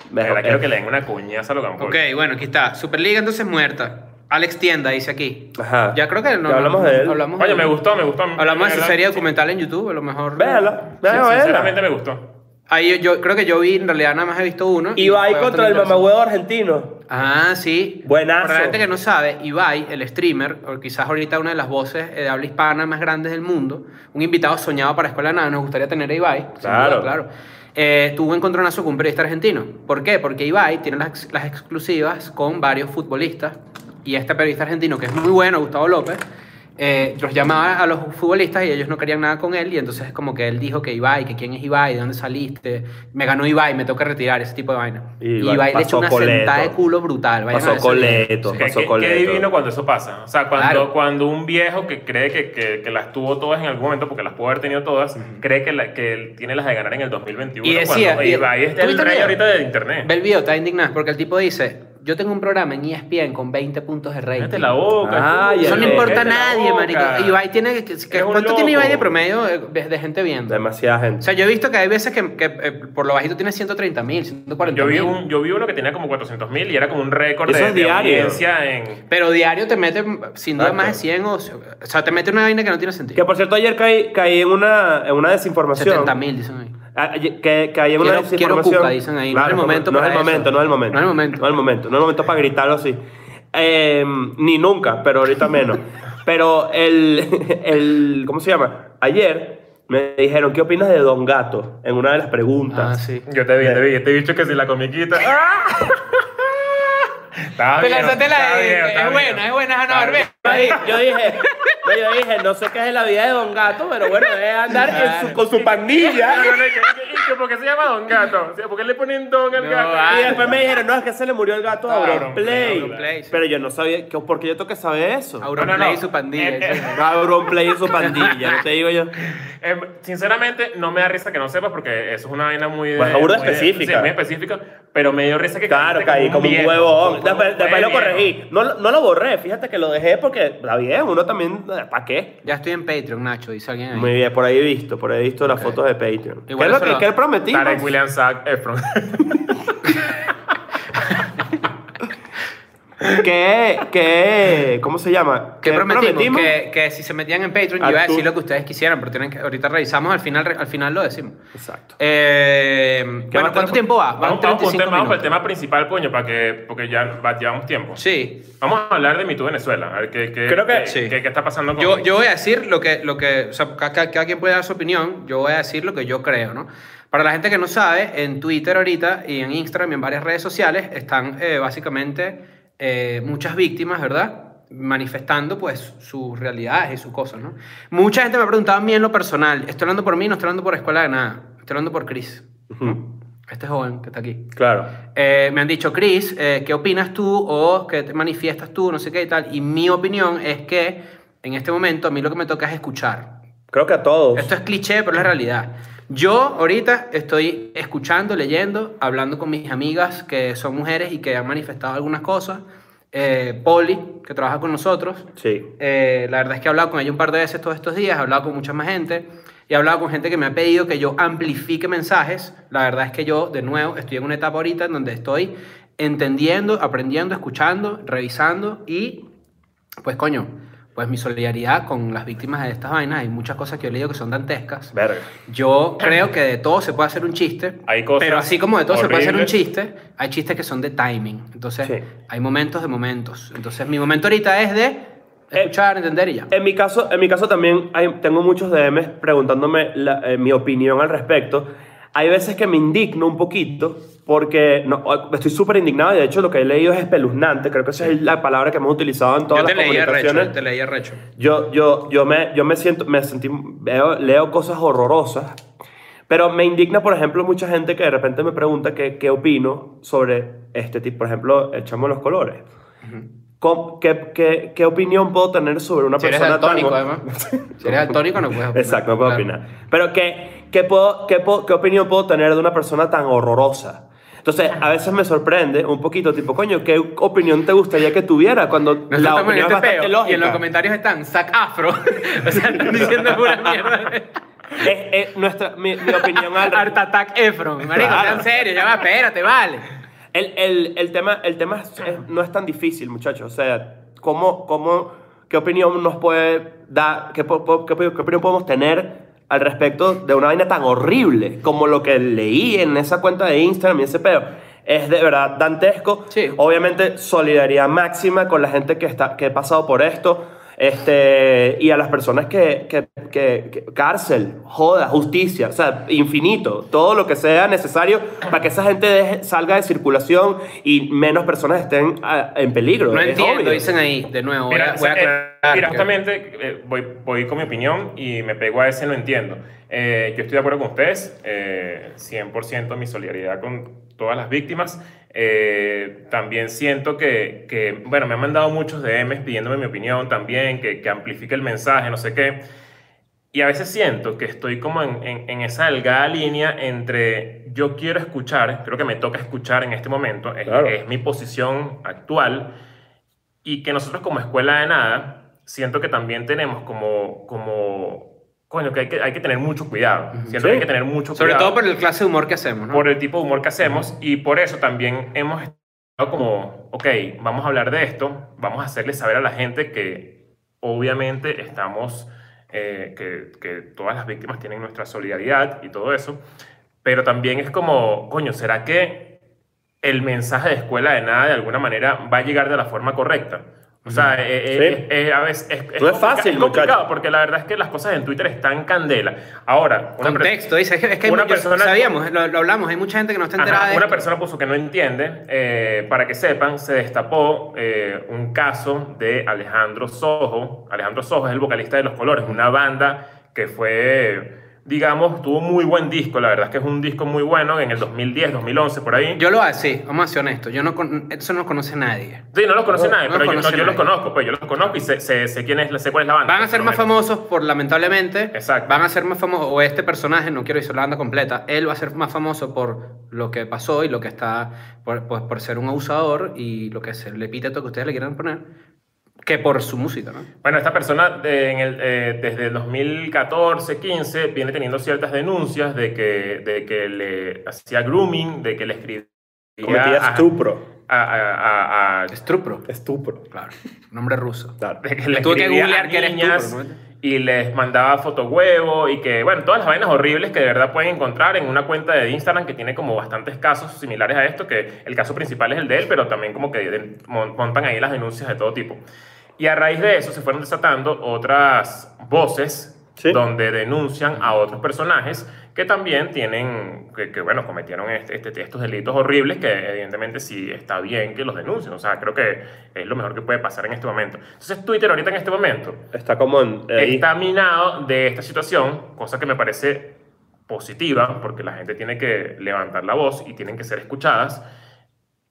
S2: De verdad,
S3: Mejor-
S2: quiero que le den una cuñaza a Logan Paul.
S4: Ok, bueno, aquí está. Superliga entonces muerta. Alex Tienda dice aquí.
S3: Ajá.
S4: Ya creo que no.
S3: Ya hablamos
S4: no-
S3: de él.
S4: Hablamos
S2: Oye,
S4: de-
S2: me gustó, me gustó.
S4: Hablamos de su
S2: verdad,
S4: serie documental en YouTube, a lo mejor.
S3: Véala,
S2: sí,
S3: véala,
S2: Sinceramente
S3: véala.
S2: me gustó.
S4: Ahí yo, yo creo que yo vi, en realidad nada más he visto uno. y
S3: Ibai
S4: fue
S3: contra el
S4: bastante
S3: mamagüevo argentino.
S4: Ah, sí.
S3: Buenazo.
S4: Para la gente que no sabe, Ibai, el streamer, o quizás ahorita una de las voces eh, de habla hispana más grandes del mundo, un invitado soñado para Escuela de Nada, nos gustaría tener a Ibai. sin
S3: Claro.
S4: duda, claro. Eh, tuvo un encontronazo con un periodista argentino. ¿Por qué? Porque Ibai tiene las, ex- las exclusivas con varios futbolistas y este periodista argentino, que es muy bueno, Gustavo López, eh, los llamaba a los futbolistas y ellos no querían nada con él y entonces como que él dijo que Ibai, que quién es Ibai, de dónde saliste, me ganó Ibai, me tengo que retirar, ese tipo de vaina.
S3: Y
S4: Y
S3: Ibai
S4: Ibai, le
S3: pasó
S4: echó una
S3: coleto.
S4: sentada de culo brutal. vayan a
S3: Pasó
S4: ver ese video.
S3: coleto,
S4: Sí.
S2: Que-
S3: pasó
S2: que-
S3: coleto.
S2: Qué divino cuando eso pasa. O sea, cuando,
S4: Claro.
S2: cuando un viejo que cree que, que- que las tuvo todas en algún momento, porque las pudo haber tenido todas, cree que, la- que él tiene las de ganar en el 2021.
S4: Y decía-
S2: cuando,
S4: y-
S2: ahí está
S4: ¿tú
S2: el
S4: viste el
S2: rey
S4: video?
S2: ahorita de internet.
S4: Ve el video, está indignado porque el tipo dice, yo tengo un programa en E ESPN con 20 puntos de rating.
S2: Cállate la boca.
S3: Ay,
S2: tú,
S4: Eso no
S3: Cállate
S4: importa a
S2: cállate la
S4: nadie,
S2: boca.
S4: marico. Ibai tiene... que- que-
S2: Eres un
S4: ¿Cuánto tiene
S2: loco.
S4: Ibai de promedio eh, de, de gente viendo?
S3: Demasiada
S4: O
S3: gente.
S4: sea, yo he visto que hay veces que, que, eh, por lo bajito tiene 130 mil, 140
S2: Yo vi,
S4: mil.
S2: un- yo vi uno que tenía como 400 mil y era como un récord
S3: Eso
S2: de,
S3: es
S2: de
S3: diario.
S2: audiencia en...
S4: Pero diario te mete, sin duda,
S3: Exacto.
S4: más de 100 o... O sea, te mete una vaina que no tiene
S3: Que
S4: sentido.
S3: por cierto, ayer caí, caí en, una, en una desinformación.
S4: 70 mil, dicen ahí.
S3: Ah, Que, que hay
S4: Quiero-
S3: una
S4: quiero
S3: desinformación.
S4: cuca, dicen ahí. No
S3: Claro,
S4: es el momento
S3: No es
S4: para
S3: el
S4: eso.
S3: momento, no es el momento.
S4: No es el momento.
S3: No es el momento, no es el momento para gritarlo así. Eh, ni nunca, pero ahorita menos. pero el, el. ¿Cómo se llama? Ayer me dijeron, ¿qué opinas de Don Gato? En una de las preguntas.
S4: Ah, sí.
S2: Yo te vi, te vi, te he dicho que si la comiquita. ¡Ah! Estaba
S4: Pero
S2: bien,
S4: esa tela
S2: estaba
S4: es-
S2: bien,
S4: es
S2: estaba
S4: buena,
S2: bien.
S4: es buena, Ana
S2: Estaba
S4: Barbera.
S2: bien.
S3: Yo dije, yo dije, no, yo dije, no sé qué es la vida de Don Gato, pero bueno, es andar en su- con su panilla.
S2: No, no, no, y que- y que- y que ¿Por qué se llama Don Gato? O sea, ¿Por qué le ponen Don al
S4: No,
S2: gato?
S4: ah,
S3: Y después me dijeron, no, es que se le murió el gato a
S2: Claro,
S3: Auronplay.
S4: Auronplay, sí.
S3: Pero yo no sabía, que- ¿por qué yo tengo que saber eso?
S4: Auron
S2: No, no, no.
S4: Play y su pandilla.
S2: Eh, eh.
S4: sí.
S3: No, Auronplay y su pandilla, no te digo yo.
S2: Em, sinceramente, no me da risa que no sepas porque eso es una vaina muy. de-
S3: Pues, burda
S2: muy de-
S3: específica.
S2: sí, muy específica, pero me dio risa que.
S3: Claro,
S2: caíste
S3: caí como un
S2: viejo,
S3: huevón.
S2: como un
S3: Después, después lo
S2: viejo.
S3: corregí. No, lo- no lo borré, fíjate que lo dejé porque está bien, uno también, ¿para qué?
S4: Ya estoy en Patreon, Nacho, dice alguien ahí.
S3: Muy bien, por ahí he visto, por ahí he visto las
S4: Ok.
S3: fotos de Patreon. ¿Qué
S4: Igual
S3: es lo
S4: eso
S3: que,
S4: lo-
S3: que prometimos?
S2: Tarek William eh, Zac Efron.
S3: ¿Qué, qué, cómo se llama?
S2: Eh,
S4: ¿Qué prometimos? Que, que si se metían en Patreon, yo iba
S3: Ah,
S4: a
S3: tú.
S4: decir lo que ustedes quisieran, pero tienen que, ahorita revisamos, al final, al final lo decimos.
S3: Exacto.
S4: Eh,
S3: más
S4: bueno,
S3: tenemos?
S4: ¿cuánto tiempo va? Van
S2: Vamos, vamos, con
S4: 35
S2: un tema, vamos para el
S4: minutos.
S2: tema principal, coño, para que, porque ya va- llevamos tiempo.
S4: Sí.
S2: Vamos a hablar de MeToo Venezuela. A ver qué, qué,
S3: Creo que-
S2: qué-
S4: sí.
S2: qué- qué está pasando con
S4: Yo, yo voy a decir lo que, lo que o sea, ca- ca- cada, quien puede dar su opinión, yo voy a decir lo que yo creo, ¿no? Para la gente que no sabe, en Twitter ahorita y en Instagram y en varias redes sociales están eh, básicamente eh, muchas víctimas, ¿verdad? manifestando pues sus realidades y sus cosas, ¿no? Mucha gente me ha preguntado a mí en lo personal, estoy hablando por mí, no estoy hablando por escuela de nada, estoy hablando por Chris,
S3: Ujú.
S4: este joven que está aquí.
S3: Claro.
S4: Eh, me han dicho, Chris, eh, ¿qué opinas tú o qué te manifiestas tú, no sé qué y tal? Y mi opinión es que en este momento a mí lo que me toca es escuchar.
S3: Creo que a todos.
S4: Esto es cliché, pero es la realidad. Yo ahorita estoy escuchando, leyendo, hablando con mis amigas que son mujeres y que han manifestado algunas cosas. Eh, Poli, que trabaja con nosotros,
S3: Sí.
S4: eh, la verdad es que he hablado con ella un par de veces todos estos días, he hablado con mucha más gente y he hablado con gente que me ha pedido que yo amplifique mensajes. La verdad es que yo, de nuevo, estoy en una etapa ahorita en donde estoy entendiendo, aprendiendo, escuchando, revisando y, pues coño, pues mi solidaridad con las víctimas de estas vainas. Hay muchas cosas que yo he leído que son dantescas.
S3: Verga.
S4: Yo creo que de todo se puede hacer un chiste.
S2: Hay cosas
S4: Pero así como de todo se puede hacer un
S2: horribles.
S4: chiste, hay chistes que son de timing. Entonces,
S3: Sí.
S4: hay momentos de momentos. Entonces, mi momento ahorita es
S3: Eh,
S4: de escuchar, entender y ya.
S3: En mi caso, en mi caso también hay- tengo muchos DMs preguntándome la- eh, mi opinión al respecto. Hay veces que me indigno un poquito porque no, estoy súper indignado y de hecho lo que he leído es espeluznante. Creo que esa es la palabra que hemos utilizado en todas
S4: yo te
S3: las
S4: leí
S3: comunicaciones.
S4: recho, te leí recho.
S3: Yo, yo, yo me, yo me siento, me sentí, veo- leo cosas horrorosas, pero me indigna, por ejemplo, mucha gente que de repente me pregunta que- qué opino sobre este tipo, por ejemplo, el chamo de los colores. ¿Cómo- qué, qué- qué opinión puedo tener sobre una
S4: Si eres
S3: persona tan
S4: daltónico,
S3: go-
S4: además. Si eres daltónico, no puedes opinar.
S3: Exacto, no puedo
S4: Claro.
S3: opinar. Pero ¿qué, qué, puedo, qué, puedo- qué opinión puedo tener de una persona tan horrorosa? Entonces, a veces me sorprende un poquito, tipo, coño, ¿qué opinión te gustaría que tuviera cuando
S4: Nosotros
S3: la
S4: estamos en
S3: opinión es
S4: este
S3: bastante
S4: peo, y en los
S3: lógica?
S4: comentarios están sac afro. o sea, están diciendo pura mierda.
S3: Es, es nuestra, mi, mi opinión al
S4: Art Attack Efron. Marico,
S3: Claro.
S4: ya en serio, ya va, espérate, vale.
S3: El, el- el tema, el tema es- es- no es tan difícil, muchachos. O sea, ¿cómo, cómo, ¿qué opinión nos puede dar, qué, po- po- qué opi- qué opinión podemos tener al respecto de una vaina tan horrible como lo que leí en esa cuenta de Instagram y ese pedo? Es de verdad dantesco.
S4: Sí.
S3: Obviamente, solidaridad máxima con la gente que, está, que ha pasado por esto. Este, y a las personas que, que, que- que- Cárcel, joda, justicia, o sea, infinito. Todo lo que sea necesario para que esa gente deje- salga de circulación y menos personas estén ah, en peligro.
S4: No
S3: es
S4: entiendo,
S3: obvio.
S4: dicen ahí, de nuevo. Voy a, voy a
S2: eh,
S4: aclarar.
S2: mira,
S4: que-
S2: justamente eh, voy, voy con mi opinión y me pego a ese, no entiendo. Eh, yo estoy de acuerdo con ustedes, eh, 100% mi solidaridad con todas las víctimas. Eh, también siento que, que, bueno, me han mandado muchos DMs pidiéndome mi opinión también, que, que amplifique el mensaje, no sé qué. Y a veces siento que estoy como en, en- en esa delgada línea entre yo quiero escuchar, creo que me toca escuchar en este momento, es-
S3: Claro.
S2: es mi posición actual, y que nosotros como escuela de nada, siento que también tenemos como, como coño, que hay que, hay que tener mucho cuidado. Siento
S3: Sí.
S2: que hay que tener mucho
S4: Sobre
S2: cuidado
S4: todo por el clase de humor que hacemos, ¿no?
S2: por el tipo de humor que hacemos y por eso también hemos estado como, ok, vamos a hablar de esto, vamos a hacerle saber a la gente que obviamente estamos, eh, que, que todas las víctimas tienen nuestra solidaridad y todo eso, pero también es como, coño, ¿será que el mensaje de escuela de nada de alguna manera va a llegar de la forma correcta? O sea, eh, eh,
S3: Sí.
S2: eh, a veces es,
S3: No es
S2: complica-
S3: fácil,
S2: complicado
S3: muchacho.
S2: porque la verdad es que las cosas en Twitter están candela. Ahora, una persona-
S4: Contexto, dice, es que, es que hay
S2: una
S4: muchos-
S2: persona-
S4: sabíamos, lo, lo hablamos, hay mucha gente que no está enterada
S2: Ajá,
S4: de
S2: una
S4: esto.
S2: persona puso que no entiende, eh, para que sepan, se destapó eh, un caso de Alejandro Sojo. Alejandro Sojo es el vocalista de Los Colores, una banda que fue, digamos, tuvo muy buen disco, la verdad es que es un disco muy bueno, en el 2010, 2011, por ahí.
S4: Yo lo hago así, vamos a ser honestos, yo no con- eso no lo conoce nadie.
S2: sí, no los conoce
S4: No,
S2: nadie,
S4: no
S2: pero
S4: los
S2: yo,
S4: conoce
S2: yo los
S4: nadie.
S2: conozco, pues yo los conozco y sé, sé- sé quién es, sé cuál es la banda.
S4: Van a
S2: por
S4: ser
S2: lo
S4: más
S2: menos.
S4: famosos por, lamentablemente,
S2: Exacto.
S4: van a ser más famosos, o este personaje, no quiero decir la banda completa, él va a ser más famoso por lo que pasó y lo que está, por, pues, por ser un abusador y lo que es el epíteto que ustedes le quieran poner, que por su música, ¿no?
S2: Bueno, esta persona eh, en el, eh, desde el 2014-15 viene teniendo ciertas denuncias de que, de que le hacía grooming, de que le escribía
S3: Cometía
S2: a-
S3: estupro.
S2: a- a- a- a-
S4: Strupro,
S3: Estupro.
S4: claro, nombre ruso.
S3: Claro.
S2: de que le
S4: Tuve que
S2: escribía
S4: googlear
S2: a
S4: que era
S2: niñas
S4: estupro, ¿no?
S2: y les mandaba fotohuevo y que, bueno, todas las vainas horribles que de verdad pueden encontrar en una cuenta de Instagram que tiene como bastantes casos similares a esto, que el caso principal es el de él, pero también como que de- mon- montan ahí las denuncias de todo tipo. Y a raíz de eso se fueron desatando otras voces
S3: Sí.
S2: donde denuncian a otros personajes que también tienen, que, que, bueno, cometieron este- este- estos delitos horribles que evidentemente sí está bien que los denuncien. O sea, creo que es lo mejor que puede pasar en este momento. Entonces Twitter ahorita en este momento
S3: Está como en. ahí.
S2: está minado de esta situación, cosa que me parece positiva, porque la gente tiene que levantar la voz y tienen que ser escuchadas.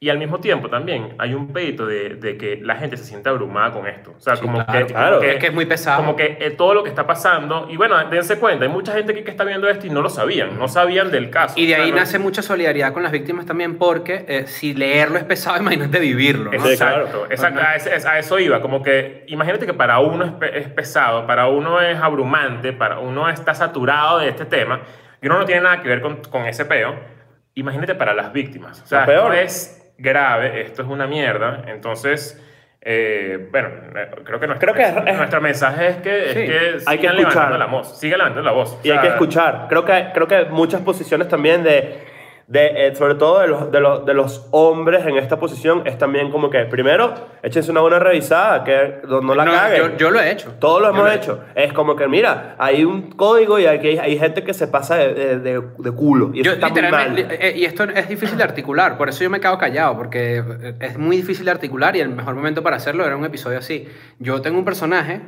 S2: Y al mismo tiempo también hay un pedito de, de que la gente se sienta abrumada con esto. O sea,
S4: Sí,
S2: como,
S4: claro,
S2: que,
S3: claro.
S2: como que-
S4: Es que es muy pesado.
S2: Eh, Como que eh, todo lo que está pasando. Y bueno, dense cuenta, hay mucha gente aquí que está viendo esto y no lo sabían, no sabían del caso.
S4: Y de
S2: O sea,
S4: ahí
S2: no-
S4: nace mucha solidaridad con las víctimas también, porque eh, si leerlo es pesado, imagínate vivirlo. ¿no?
S3: Sí,
S2: Exacto,
S3: claro.
S2: exacto, a, ese- a eso iba, como que imagínate que para uno es, pe- es pesado, para uno es abrumante, para uno está saturado de este tema y uno no tiene nada que ver con, con ese peo, imagínate para las víctimas, o sea,
S3: Lo peor.
S2: esto es grave, esto es una mierda, entonces, eh, bueno, eh, creo que nuestro,
S3: Creo que es- es-
S2: nuestro mensaje es que, es
S4: Sí,
S2: que
S3: hay que
S2: sigan
S3: escuchar.
S2: levantando la voz, sigan levantando la voz. o
S3: Y hay que
S2: sea,
S3: escuchar. Creo que, creo que muchas posiciones también de, de, eh, sobre todo de los, de, los, de los hombres en esta posición, es también como que, primero, échense una buena revisada, que no, no la
S4: No,
S3: caguen.
S4: yo, yo lo he hecho.
S3: Todos lo
S4: Yo
S3: hemos hecho. Es como que, mira, hay un código y aquí hay, hay gente que se pasa de, de- de- de culo. Y eso
S4: Yo,
S3: está muy mal.
S4: literalmente, eh, eh, y esto es difícil de articular, por eso yo me quedo callado, porque eh, es muy difícil de articular y el mejor momento para hacerlo era un episodio así. Yo tengo un personaje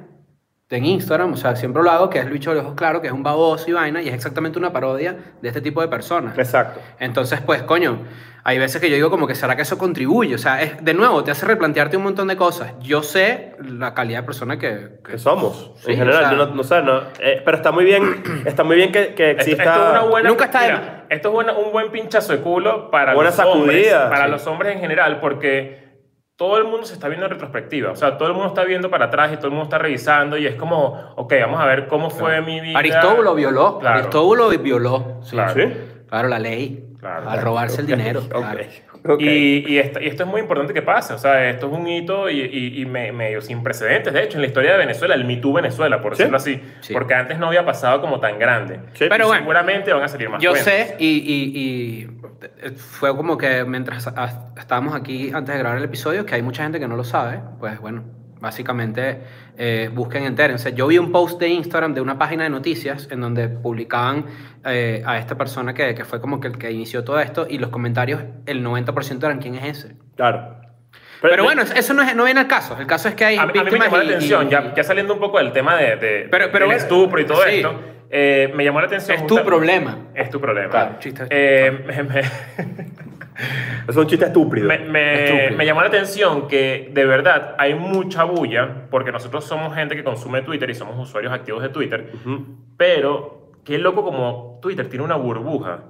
S4: en Instagram, o sea, siempre lo hago, que es Lucho de Ojos Claro, que es un baboso y vaina, y es exactamente una parodia de este tipo de personas.
S3: Exacto.
S4: Entonces, pues, coño, hay veces que yo digo como que será que eso contribuye. O sea, es- de nuevo, te hace replantearte un montón de cosas. Yo sé la calidad de persona que... que-
S3: Que somos,
S4: Sí,
S3: en
S4: o
S3: general.
S4: sea-
S3: yo no, no sé, no, eh, pero está muy bien, está muy bien que, que
S2: Esto,
S3: exista.
S2: esto es una buena,
S4: Nunca está de
S2: mira,
S4: más.
S2: esto es una- un buen pinchazo de culo para
S3: Buena
S2: los hombres,
S3: sacudida,
S2: para
S3: sí.
S2: los hombres en general, porque todo el mundo se está viendo en retrospectiva, o sea, todo el mundo está viendo para atrás y todo el mundo está revisando y es como, ok, vamos a ver cómo fue mi vida.
S4: Aristóbulo violó.
S2: Claro,
S4: Aristóbulo violó. Sí,
S2: Claro.
S3: ¿Sí?
S4: Claro, la ley.
S2: Claro.
S4: al robarse el dinero.
S3: Ok,
S4: claro.
S3: ok.
S2: Y, y esto, y esto es muy importante que pase, o sea, esto es un hito y, y- y me- medio sin precedentes, de hecho, en la historia de Venezuela, el Me Too Venezuela, por
S3: Sí.
S2: decirlo así,
S4: Sí.
S2: porque antes no había pasado como tan grande.
S3: Sí.
S4: Pero
S2: Y
S4: bueno,
S2: seguramente van a salir más
S4: Yo
S2: cuentos.
S4: sé, y, y- y, eh, fue como que mientras a- estábamos aquí antes de grabar el episodio, que hay mucha gente que no lo sabe, pues bueno, básicamente eh, busquen, entérense. Yo vi un post de Instagram de una página de noticias en donde publicaban eh, a esta persona que, que fue como que el que inició todo esto, y los comentarios, el 90% eran quién es ese.
S3: Claro.
S4: Pero, bueno, eso no, es, no viene al caso. El caso es que hay
S2: A mí, a mí me
S4: víctimas
S2: llamó la
S4: y- y-
S2: atención, ya, ya saliendo un poco del tema de, de-
S4: Pero- pero
S2: del
S4: bueno,
S2: estupro y todo
S4: sí.
S2: esto, eh, me llamó la atención.
S4: Es tu
S2: justa-
S4: problema.
S2: Es tu problema.
S4: Claro, chiste.
S2: Eh, me- me-
S3: es un chiste estúpido.
S2: me, me-
S4: Estúpido.
S2: me llamó la atención que de verdad hay mucha bulla, porque nosotros somos gente que consume Twitter y somos usuarios activos de Twitter,
S3: Ujú.
S2: pero qué loco como Twitter tiene una burbuja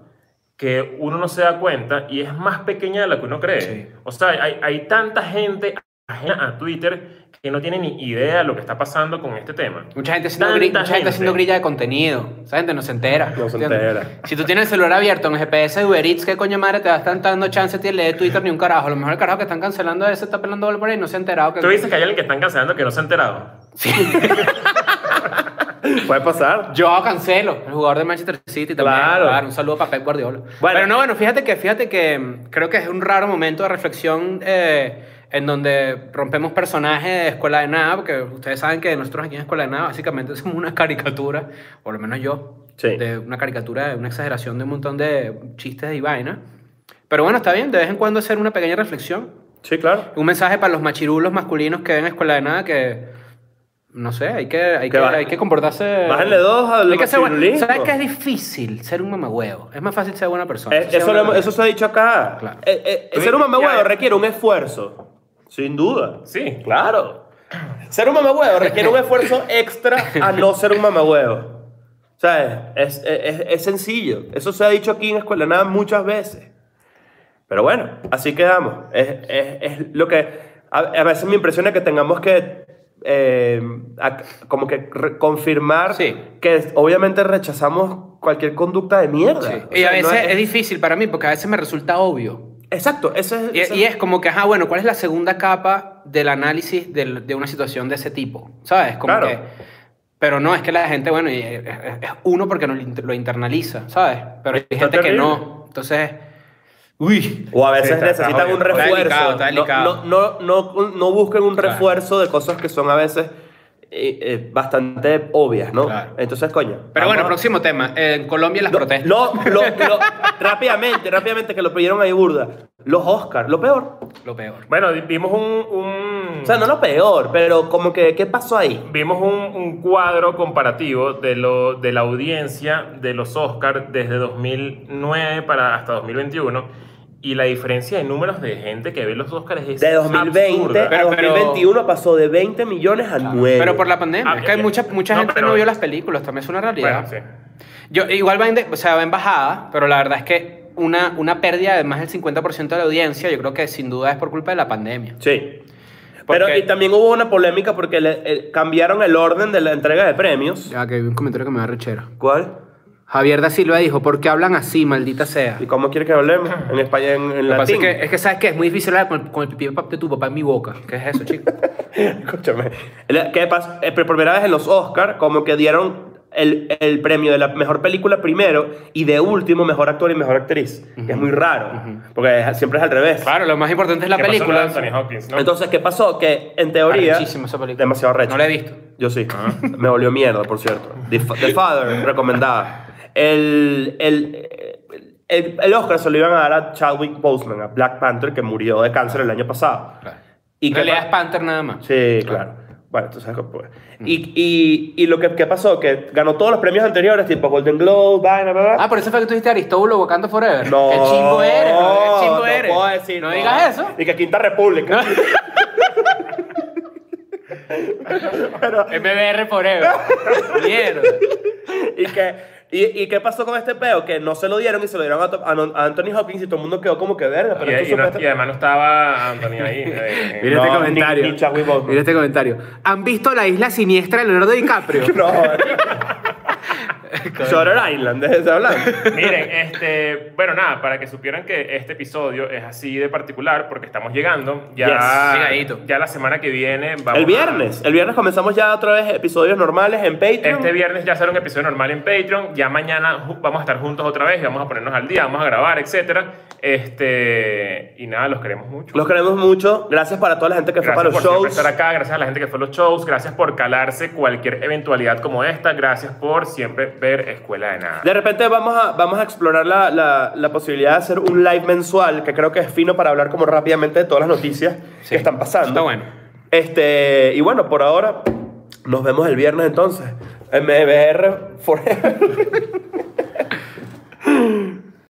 S2: que uno no se da cuenta y es más pequeña de la que uno cree.
S4: Sí.
S2: O sea, hay, hay tanta gente ajena a Twitter que no tiene ni idea de lo que está pasando con este tema.
S4: Mucha gente haciendo,
S2: Tanta
S4: gri- mucha gente
S2: gente.
S4: haciendo grilla de contenido. Esa gente no se entera.
S3: No se
S4: ¿entiendes?
S3: entera.
S4: Si tú tienes el celular abierto en GPS de Uber Eats, ¿qué coño madre te vas dando chance de leer Twitter ni un carajo? A lo mejor el carajo que están cancelando ese está pelando bola por ahí y no se ha enterado que...
S2: Tú dices que hay alguien que están cancelando que no se ha enterado.
S3: Puede pasar.
S4: Yo cancelo, el jugador de Manchester City también.
S3: Claro.
S4: un saludo para Pep Guardiola. Pero no, bueno, fíjate que, fíjate que mm, creo que es un raro momento de reflexión eh, en donde rompemos personajes de Escuela de Nada, porque ustedes saben que nosotros aquí en Escuela de Nada básicamente somos una caricatura, por lo menos yo,
S3: Sí.
S4: de una caricatura, de una exageración de un montón de chistes y vainas. Pero bueno, está bien, de vez en cuando hacer una pequeña reflexión.
S3: Sí, claro.
S4: Un mensaje para los machirulos masculinos que ven Escuela de Nada que. No sé, hay que, hay
S3: Que
S4: que,
S3: ba-
S4: hay que comportarse.
S3: bájenle dos al
S4: Hay que ser bueno.
S3: machirulismo.
S4: ¿Sabes que es difícil ser un mamagüeo? Es más fácil ser buena persona.
S3: Eh,
S4: ser
S3: eso,
S4: buena
S3: lo hemos- eso
S4: persona.
S3: se ha dicho acá.
S4: Claro.
S3: Eh, eh,
S2: Sí,
S3: ser un
S2: ya.
S3: mamahuevo requiere un esfuerzo. Sin duda.
S2: Sí.
S3: Claro. Ser un mamahuevo requiere un esfuerzo extra a no ser un mamahuevo. ¿Sabes? Es, es, es- es sencillo. Eso se ha dicho aquí en Escuela de Nada muchas veces. Pero bueno, así quedamos. Es, es- es lo que. A, a veces me impresiona que tengamos que. eh, ac- como que re- confirmar
S4: Sí.
S3: que obviamente rechazamos cualquier conducta de mierda.
S4: Sí.
S3: O
S4: Y
S3: sea,
S4: a
S3: no
S4: veces
S3: es-
S4: es difícil para mí porque a veces me resulta obvio.
S3: Exacto, ese es.
S4: Y,
S3: ese-
S4: y es como que, ajá, bueno, ¿cuál es la segunda capa del análisis del- de una situación de ese tipo? ¿Sabes? Como
S3: Claro.
S4: que. Pero no, es que la gente, bueno, y es, es- es uno porque no lo inter- lo internaliza, ¿sabes? Pero hay
S3: Está
S4: gente que
S3: terrible.
S4: no. Entonces. Uy.
S3: O a veces
S2: Sí, está- está
S3: necesitan
S2: jodido.
S3: un
S4: Está
S3: refuerzo.
S4: delicado, está
S3: No-
S4: delicado.
S3: No, no, no, no busquen un
S4: Claro.
S3: refuerzo de cosas que son a veces eh, eh, bastante obvias, ¿no?
S4: Claro.
S3: Entonces, coño.
S4: Pero bueno,
S3: vamos a-
S4: próximo tema. En Colombia las protestas.
S3: lo, lo, lo- rápidamente, rápidamente, que lo pidieron ahí burda. Los Oscars, lo peor.
S4: Lo peor.
S2: Bueno, vimos un. un-
S3: O sea, no lo peor, pero como que, ¿qué pasó ahí?
S2: Vimos un, un cuadro comparativo de, lo, de la audiencia de los Oscars desde 2009 para hasta 2021 y la diferencia de números de gente que ve los Oscars es
S3: De 2020
S2: absurda.
S3: a
S4: Pero- pero-
S3: 2021 pasó de 20 millones a 9.
S4: Pero por la pandemia.
S2: Ah,
S4: es que hay
S2: eh,
S4: mucha, mucha
S2: no,
S4: gente
S2: pero-
S4: no vio las películas, también es una realidad.
S2: Bueno, sí.
S4: Yo igual va en, de- o sea, va en bajada, pero la verdad es que una, una pérdida de más del 50% de la audiencia, yo creo que sin duda es por culpa de la pandemia.
S3: Sí.
S4: Porque-
S3: Pero y también hubo una polémica porque le- eh, cambiaron el orden de la entrega de premios.
S4: Ya, que vi un comentario que me da rechero.
S3: ¿Cuál?
S4: Javier da Silva dijo, ¿por qué hablan así, maldita sea?
S3: ¿Y cómo quieres que hablemos? En España, en, en
S4: Lo que pasa es
S3: latín.
S4: que, es que, ¿sabes qué? Es muy difícil hablar con, con el pipí de pap- de tu papá en mi boca. ¿Qué es eso, chico?
S3: Escúchame. La- ¿Qué pasa? Eh, por primera vez en los Oscar como que dieron el, el premio de la mejor película primero y de último mejor actor y mejor actriz. que es muy raro, porque es- siempre es al revés.
S4: claro, lo más importante es la
S2: ¿Qué pasó con
S4: película.
S2: Anthony Hopkins, ¿no?
S3: Entonces, ¿qué pasó? Que en teoría...
S4: Arrechísima esa película.
S3: Demasiado recha.
S4: No la he visto. Ah.
S3: Yo sí. Me volvió mierda, por cierto. The, Fa- The Father, recomendada. El, el, el, el Oscar se lo iban a dar a Chadwick Boseman, a Black Panther, que murió de cáncer el año pasado.
S4: Y en
S3: qué
S4: realidad
S3: pa-
S4: es Panther nada más.
S3: Sí, claro. Bueno, tú sabes cómo fue.
S4: Mm.
S3: Y, y, y lo que, que pasó, que ganó todos los premios anteriores, tipo Golden Globe, vaina, bla, bla.
S4: Ah, por eso fue que tú dijiste Aristóbulo Wakanda Forever.
S3: No,
S4: Qué chingo eres, bro, qué chingo
S3: no
S4: eres.
S3: puedo decir,
S4: no, digas eso.
S3: Y que Quinta República. Pero,
S4: MBR Forever. Mierda.
S3: y que... ¿Y, ¿Y qué pasó con este peo? Que no se lo dieron y se lo dieron a, to- a non- a Anthony Hopkins y todo el mundo quedó como que verga. Pero
S2: Y,
S3: esto
S2: y no-
S3: supuesta-
S2: y además no estaba Anthony ahí. eh, eh.
S4: Mira
S3: No,
S4: este
S3: ni-
S4: comentario.
S3: ni Chadwick Boseman.
S4: Mira este comentario. ¿Han visto la isla siniestra de Leonardo DiCaprio?
S3: No, Shutter Island, ¿de eso hablando?
S2: Miren, este, bueno, nada, para que supieran que este episodio es así de particular porque estamos llegando.
S3: Yes.
S2: Ya,
S4: Llegadito.
S2: ya la semana que viene vamos
S3: El
S2: a-
S3: viernes, el viernes comenzamos ya otra vez episodios normales en Patreon.
S2: Este viernes ya será un episodio normal en Patreon. Ya mañana ju- vamos a estar juntos otra vez y vamos a ponernos al día, vamos a grabar, etcétera. Este, y nada, los queremos mucho.
S3: Los queremos mucho. Gracias para toda la gente que
S2: gracias
S3: fue para
S2: por
S3: los
S2: siempre
S3: shows.
S2: estar acá, gracias a la gente que fue a los shows, gracias por calarse cualquier eventualidad como esta, gracias por siempre ver Escuela de Nada.
S3: De repente vamos a, vamos a explorar la, la- la posibilidad de hacer un live mensual, que creo que es fino para hablar como rápidamente de todas las noticias que están pasando.
S4: Está bueno.
S3: Este, y bueno, por ahora nos vemos el viernes entonces. MBR E Forever.